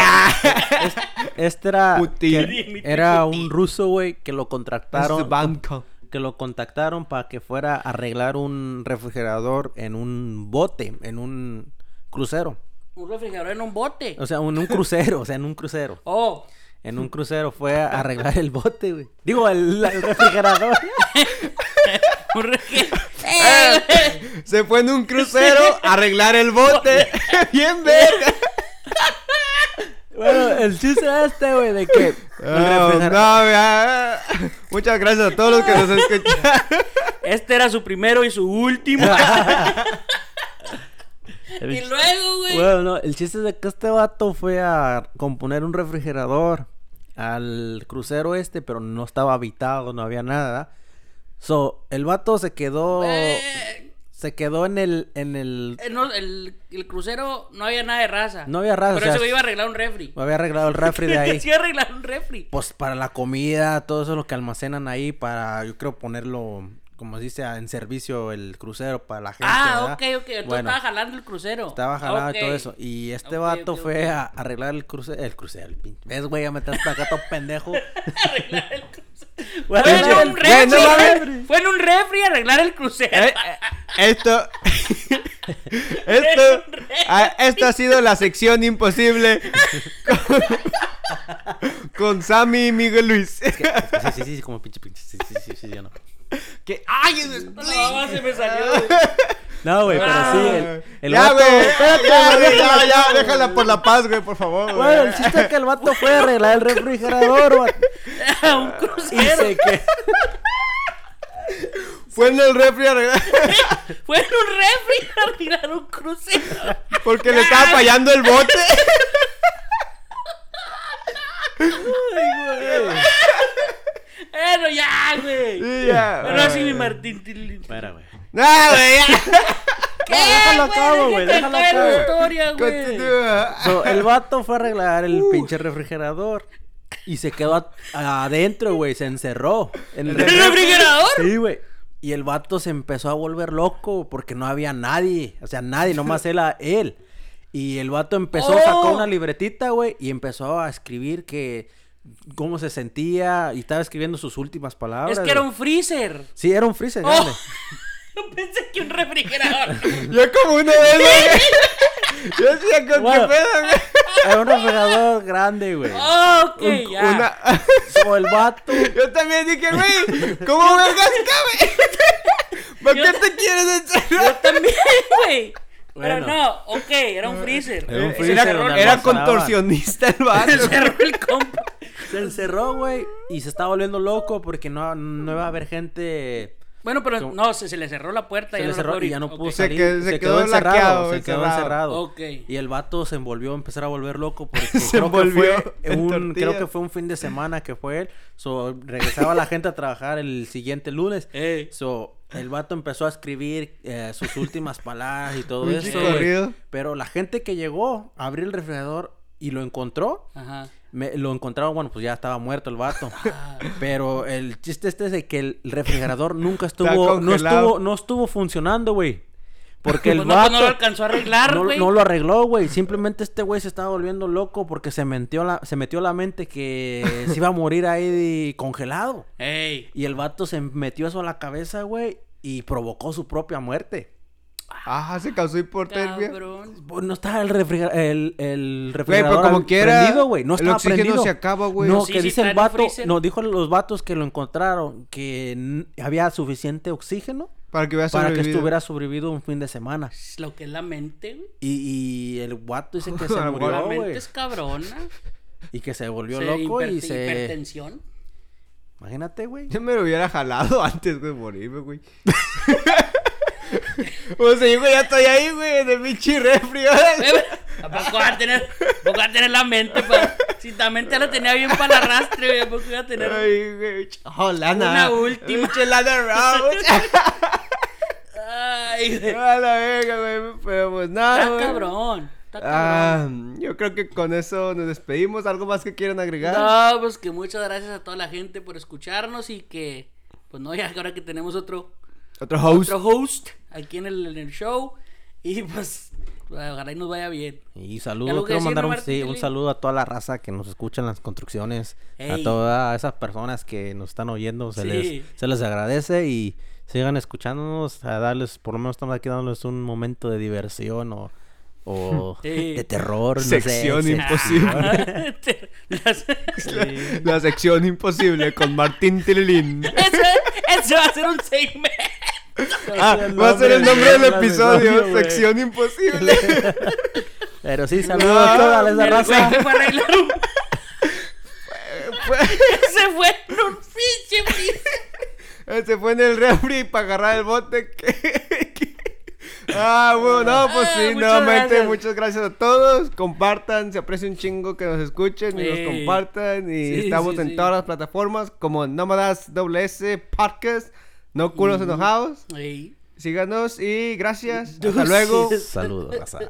[SPEAKER 2] Es- este era.
[SPEAKER 1] Ah. Putin.
[SPEAKER 2] que Era un ruso, güey, que lo contrataron.
[SPEAKER 1] banco.
[SPEAKER 2] Que lo contactaron para que fuera a arreglar un refrigerador en un bote, en un crucero.
[SPEAKER 3] Un refrigerador en un bote.
[SPEAKER 2] O sea, en un crucero, o sea, en un crucero.
[SPEAKER 3] Oh,
[SPEAKER 2] En un crucero fue a arreglar el bote, güey. Digo, el, el refrigerador.
[SPEAKER 3] un refrigerador.
[SPEAKER 1] Ah,
[SPEAKER 3] ¡Eh, güey!
[SPEAKER 1] Se fue en un crucero a arreglar el bote. Bien verga.
[SPEAKER 2] bueno, el chiste este, güey, de que. el
[SPEAKER 1] Oh, no,
[SPEAKER 2] refrigerador-
[SPEAKER 1] vea. Muchas gracias a todos los que nos escucharon.
[SPEAKER 3] Este era su primero y su último. y luego, güey.
[SPEAKER 2] Bueno, no, el chiste es de que este vato fue a componer un refrigerador al crucero este, pero no estaba habitado, no había nada. So, el vato se quedó
[SPEAKER 3] Eh,
[SPEAKER 2] se quedó en el en el
[SPEAKER 3] eh, no, el, el crucero no había nada de raza.
[SPEAKER 2] no había raza, o
[SPEAKER 3] Pero
[SPEAKER 2] sea,
[SPEAKER 3] ese güey iba a arreglar un refri.
[SPEAKER 2] había arreglado el refri de ahí.
[SPEAKER 3] Sí, iba a arreglar un refri.
[SPEAKER 2] Pues para la comida, todo eso lo que almacenan ahí para yo creo ponerlo como se dice en servicio el crucero para la gente.
[SPEAKER 3] Ah, ok,
[SPEAKER 2] ¿verdad?
[SPEAKER 3] ok. Entonces
[SPEAKER 2] Bueno.
[SPEAKER 3] estaba jalando el crucero.
[SPEAKER 2] Estaba jalado
[SPEAKER 3] Ok.
[SPEAKER 2] y todo eso. Y este
[SPEAKER 3] Ok,
[SPEAKER 2] vato
[SPEAKER 3] ok,
[SPEAKER 2] fue
[SPEAKER 3] ok.
[SPEAKER 2] a arreglar el crucero. El crucero, el pinche. ¿Ves, güey? Ya me estás acá todo pendejo.
[SPEAKER 3] Arreglar el crucero.
[SPEAKER 2] Güey,
[SPEAKER 3] Fue en un
[SPEAKER 1] güey, no
[SPEAKER 3] refri.
[SPEAKER 1] mames.
[SPEAKER 3] Fue en un refri a arreglar el crucero.
[SPEAKER 1] Eh, Esto. Esto. ah, Esto ha sido la sección imposible. Con, con Sammy y Miguel Luis.
[SPEAKER 2] Sí, sí, sí, sí, como pinche pinche. Sí, sí, sí, sí, ya no.
[SPEAKER 1] Que- ¡Ay!
[SPEAKER 3] No, se me salió.
[SPEAKER 2] No, güey,
[SPEAKER 3] Ah.
[SPEAKER 2] pero sí. El, el vato.
[SPEAKER 1] Espérate, ya, déjala, ya, déjala por la paz, güey, por favor. güey.
[SPEAKER 2] Bueno, el chiste es que el vato fue a arreglar el refrigerador, vato.
[SPEAKER 3] A un
[SPEAKER 2] Y
[SPEAKER 3] crucero.
[SPEAKER 2] se que.
[SPEAKER 1] Fue en el refri a arreglar-
[SPEAKER 3] Fue en un refri a arreglar un crucero.
[SPEAKER 1] porque le estaba fallando el bote.
[SPEAKER 3] Bueno, ya, güey.
[SPEAKER 1] Y ya.
[SPEAKER 3] Bueno, así mi Martín. Tilín.
[SPEAKER 2] Espera, güey.
[SPEAKER 1] No, güey, ya.
[SPEAKER 3] ¿Qué?
[SPEAKER 2] déjalo
[SPEAKER 3] güey?
[SPEAKER 2] acabo, güey,
[SPEAKER 3] Deja
[SPEAKER 2] déjalo
[SPEAKER 3] acabar la
[SPEAKER 2] acabo.
[SPEAKER 3] historia, güey.
[SPEAKER 1] Continúa.
[SPEAKER 2] So, el vato fue a arreglar el
[SPEAKER 3] Uh.
[SPEAKER 2] pinche refrigerador. Y se quedó a- adentro, güey. Se encerró. En el
[SPEAKER 3] ¿El refrigerador?
[SPEAKER 2] Sí, güey. Y el vato se empezó a volver loco porque no había nadie. O sea, nadie, nomás él. a- él. Y el vato empezó, sacó
[SPEAKER 3] Oh.
[SPEAKER 2] una libretita, güey, y empezó a escribir que cómo se sentía y estaba escribiendo sus últimas palabras.
[SPEAKER 3] Es que era
[SPEAKER 2] güey.
[SPEAKER 3] un freezer.
[SPEAKER 2] Sí, era un freezer,
[SPEAKER 3] Oh.
[SPEAKER 2] grande.
[SPEAKER 3] Yo pensé que un refrigerador.
[SPEAKER 1] Yo como una vez, güey. Yo decía con
[SPEAKER 2] Bueno.
[SPEAKER 1] qué pedo, güey.
[SPEAKER 2] Era un refrigerador grande, güey.
[SPEAKER 3] Oh, ok,
[SPEAKER 1] Un-
[SPEAKER 3] ya.
[SPEAKER 1] una-
[SPEAKER 2] So, el vato
[SPEAKER 1] Yo también dije, güey, ¿cómo vergas cabe? ¿Por
[SPEAKER 3] Yo-
[SPEAKER 1] qué te quieres encerrar?
[SPEAKER 3] Yo también, güey. Pero
[SPEAKER 2] Bueno. Eh.
[SPEAKER 3] no, ok, era un freezer.
[SPEAKER 2] Era un
[SPEAKER 3] Se
[SPEAKER 2] freezer,
[SPEAKER 3] cerró
[SPEAKER 2] una
[SPEAKER 3] el-
[SPEAKER 1] Era
[SPEAKER 2] almacenaban.
[SPEAKER 1] contorsionista el vato.
[SPEAKER 3] se cerró el compa.
[SPEAKER 2] se encerró, güey, y se estaba volviendo loco porque no, no iba a haber gente.
[SPEAKER 3] Bueno, pero no, se, se le cerró la
[SPEAKER 2] Se
[SPEAKER 3] puerta. ya
[SPEAKER 2] le
[SPEAKER 3] no lo
[SPEAKER 2] cerró
[SPEAKER 3] puedo
[SPEAKER 2] y ya no
[SPEAKER 3] abrir.
[SPEAKER 2] pudo
[SPEAKER 3] Ok.
[SPEAKER 1] Se
[SPEAKER 2] salir.
[SPEAKER 1] quedó- se quedó laqueado,
[SPEAKER 2] se quedó
[SPEAKER 1] encerrado.
[SPEAKER 2] encerrado.
[SPEAKER 3] Ok.
[SPEAKER 2] Y el vato se envolvió, a empezar a volver loco porque
[SPEAKER 1] Se
[SPEAKER 2] creo, que
[SPEAKER 1] envolvió
[SPEAKER 2] fue
[SPEAKER 1] en
[SPEAKER 2] un,
[SPEAKER 1] tortillas.
[SPEAKER 2] creo que fue un fin de semana que fue él. So, regresaba la gente a trabajar el siguiente lunes.
[SPEAKER 3] Ey.
[SPEAKER 2] So, el vato empezó a escribir eh, sus últimas palabras y todo
[SPEAKER 1] Pinche
[SPEAKER 2] eso. güey.
[SPEAKER 1] corrido.
[SPEAKER 2] Pero la gente que llegó a abrir el refrigerador y lo encontró,
[SPEAKER 3] Ajá.
[SPEAKER 2] me- lo encontraron, bueno, pues ya estaba muerto el vato.
[SPEAKER 3] Ah.
[SPEAKER 2] Pero el chiste este es de que el refrigerador nunca
[SPEAKER 1] Está
[SPEAKER 2] estuvo, no
[SPEAKER 1] congelado.
[SPEAKER 2] estuvo, no estuvo funcionando, güey. Porque el
[SPEAKER 3] Pues no, pues no lo
[SPEAKER 2] vato-
[SPEAKER 3] alcanzó a arreglar,
[SPEAKER 2] no,
[SPEAKER 3] güey.
[SPEAKER 2] no lo arregló, güey. Simplemente este güey se estaba volviendo loco porque se metió la, se metió la mente que se iba a morir ahí congelado.
[SPEAKER 3] Ey.
[SPEAKER 2] Y el vato se metió eso a la cabeza, güey, y provocó su propia muerte.
[SPEAKER 1] Ah, se causó hipotermia.
[SPEAKER 3] Cabrón.
[SPEAKER 2] Pues, No estaba el, refrigerador el, el
[SPEAKER 1] Güey,
[SPEAKER 2] refrigerador
[SPEAKER 1] pero como
[SPEAKER 2] al-
[SPEAKER 1] quiera,
[SPEAKER 2] prendido, güey. No
[SPEAKER 1] el
[SPEAKER 2] estaba
[SPEAKER 1] oxígeno
[SPEAKER 2] prendido.
[SPEAKER 1] se acaba, güey.
[SPEAKER 2] No,
[SPEAKER 3] Sí,
[SPEAKER 2] que
[SPEAKER 3] sí,
[SPEAKER 2] dice
[SPEAKER 3] está
[SPEAKER 2] el
[SPEAKER 3] en un
[SPEAKER 2] vato,
[SPEAKER 3] freezer.
[SPEAKER 2] no, dijo los vatos que lo encontraron, que n- había suficiente oxígeno
[SPEAKER 1] Para que hubiera
[SPEAKER 2] para que
[SPEAKER 1] sobrevivido.
[SPEAKER 2] estuviera sobrevivido un fin de semana.
[SPEAKER 3] Es Lo que es la mente, güey.
[SPEAKER 2] Y, y el vato dice que se
[SPEAKER 1] La
[SPEAKER 2] murió,
[SPEAKER 3] La
[SPEAKER 1] No,
[SPEAKER 3] mente
[SPEAKER 2] güey,
[SPEAKER 3] es cabrona.
[SPEAKER 2] Y que se volvió
[SPEAKER 3] Se
[SPEAKER 2] loco y
[SPEAKER 3] hiperte-
[SPEAKER 2] se...
[SPEAKER 3] Hipertensión.
[SPEAKER 2] Imagínate, güey.
[SPEAKER 1] Yo me lo hubiera jalado antes, güey, de morirme, güey. o sea, yo güey, ya estoy ahí, güey, en el pinche refri.
[SPEAKER 3] Eh, güey, ¿A poco va a tener, a poco va a tener la mente? pa- Si la mente la tenía bien para el arrastre, güey, ¿a poco iba a tener?
[SPEAKER 1] Ay, güey. Oh, lana.
[SPEAKER 3] Una última.
[SPEAKER 1] Pinche lana Rhodes.
[SPEAKER 3] Ay, güey.
[SPEAKER 1] A la verga, güey. Pero pues nada,
[SPEAKER 3] Está
[SPEAKER 1] güey.
[SPEAKER 3] Ah, cabrón. Está cabrón.
[SPEAKER 1] Ah, yo creo que con eso nos despedimos. ¿Algo más que quieran agregar?
[SPEAKER 3] No, pues que muchas gracias a toda la gente por escucharnos y que, pues no, ya que ahora que tenemos otro,
[SPEAKER 1] Otro host.
[SPEAKER 3] otro host aquí en el, en el show y pues ojalá y nos vaya bien.
[SPEAKER 2] Y
[SPEAKER 3] ¿Algo
[SPEAKER 2] saludos,
[SPEAKER 3] que
[SPEAKER 2] quiero
[SPEAKER 3] decir,
[SPEAKER 2] mandar un,
[SPEAKER 3] Martín
[SPEAKER 2] sí, un
[SPEAKER 3] Tilly?
[SPEAKER 2] saludo a toda la raza que nos escucha en las construcciones,
[SPEAKER 3] Ey.
[SPEAKER 2] a todas esas personas que nos están oyendo, se,
[SPEAKER 3] Sí.
[SPEAKER 2] les, se les agradece y sigan escuchándonos, a darles, por lo menos estamos aquí dándoles un momento de diversión o, o
[SPEAKER 3] Sí.
[SPEAKER 2] de terror, no sé, Ah,
[SPEAKER 1] Sección
[SPEAKER 2] se-
[SPEAKER 1] imposible.
[SPEAKER 3] Te- Este, las-
[SPEAKER 1] La sección imposible con Martín Tililín.
[SPEAKER 3] eso, eso va a ser un segmento.
[SPEAKER 1] Ah, va a ser el nombre del episodio.
[SPEAKER 2] güey.
[SPEAKER 1] sección imposible.
[SPEAKER 2] Pero sí, saludos a toda esa
[SPEAKER 3] El
[SPEAKER 2] raza.
[SPEAKER 3] güey que fue a arreglar un- Se fue en un pinche piso.
[SPEAKER 1] Se fue en el refri para agarrar el bote. que- que- Ah, bueno, no, pues
[SPEAKER 3] Ah,
[SPEAKER 1] sí,
[SPEAKER 3] muchas
[SPEAKER 1] nuevamente
[SPEAKER 3] gracias.
[SPEAKER 1] muchas gracias a todos. Compartan, se aprecia un chingo que nos escuchen y nos
[SPEAKER 3] Ey.
[SPEAKER 1] compartan. Y
[SPEAKER 3] Sí,
[SPEAKER 1] estamos
[SPEAKER 3] sí,
[SPEAKER 1] en
[SPEAKER 3] sí.
[SPEAKER 1] todas las plataformas como Nómadas WS Podcast, No Culos Enojados.
[SPEAKER 3] Ey.
[SPEAKER 1] Síganos y gracias. Hasta
[SPEAKER 3] Deuces.
[SPEAKER 1] luego.
[SPEAKER 2] Saludos, raza.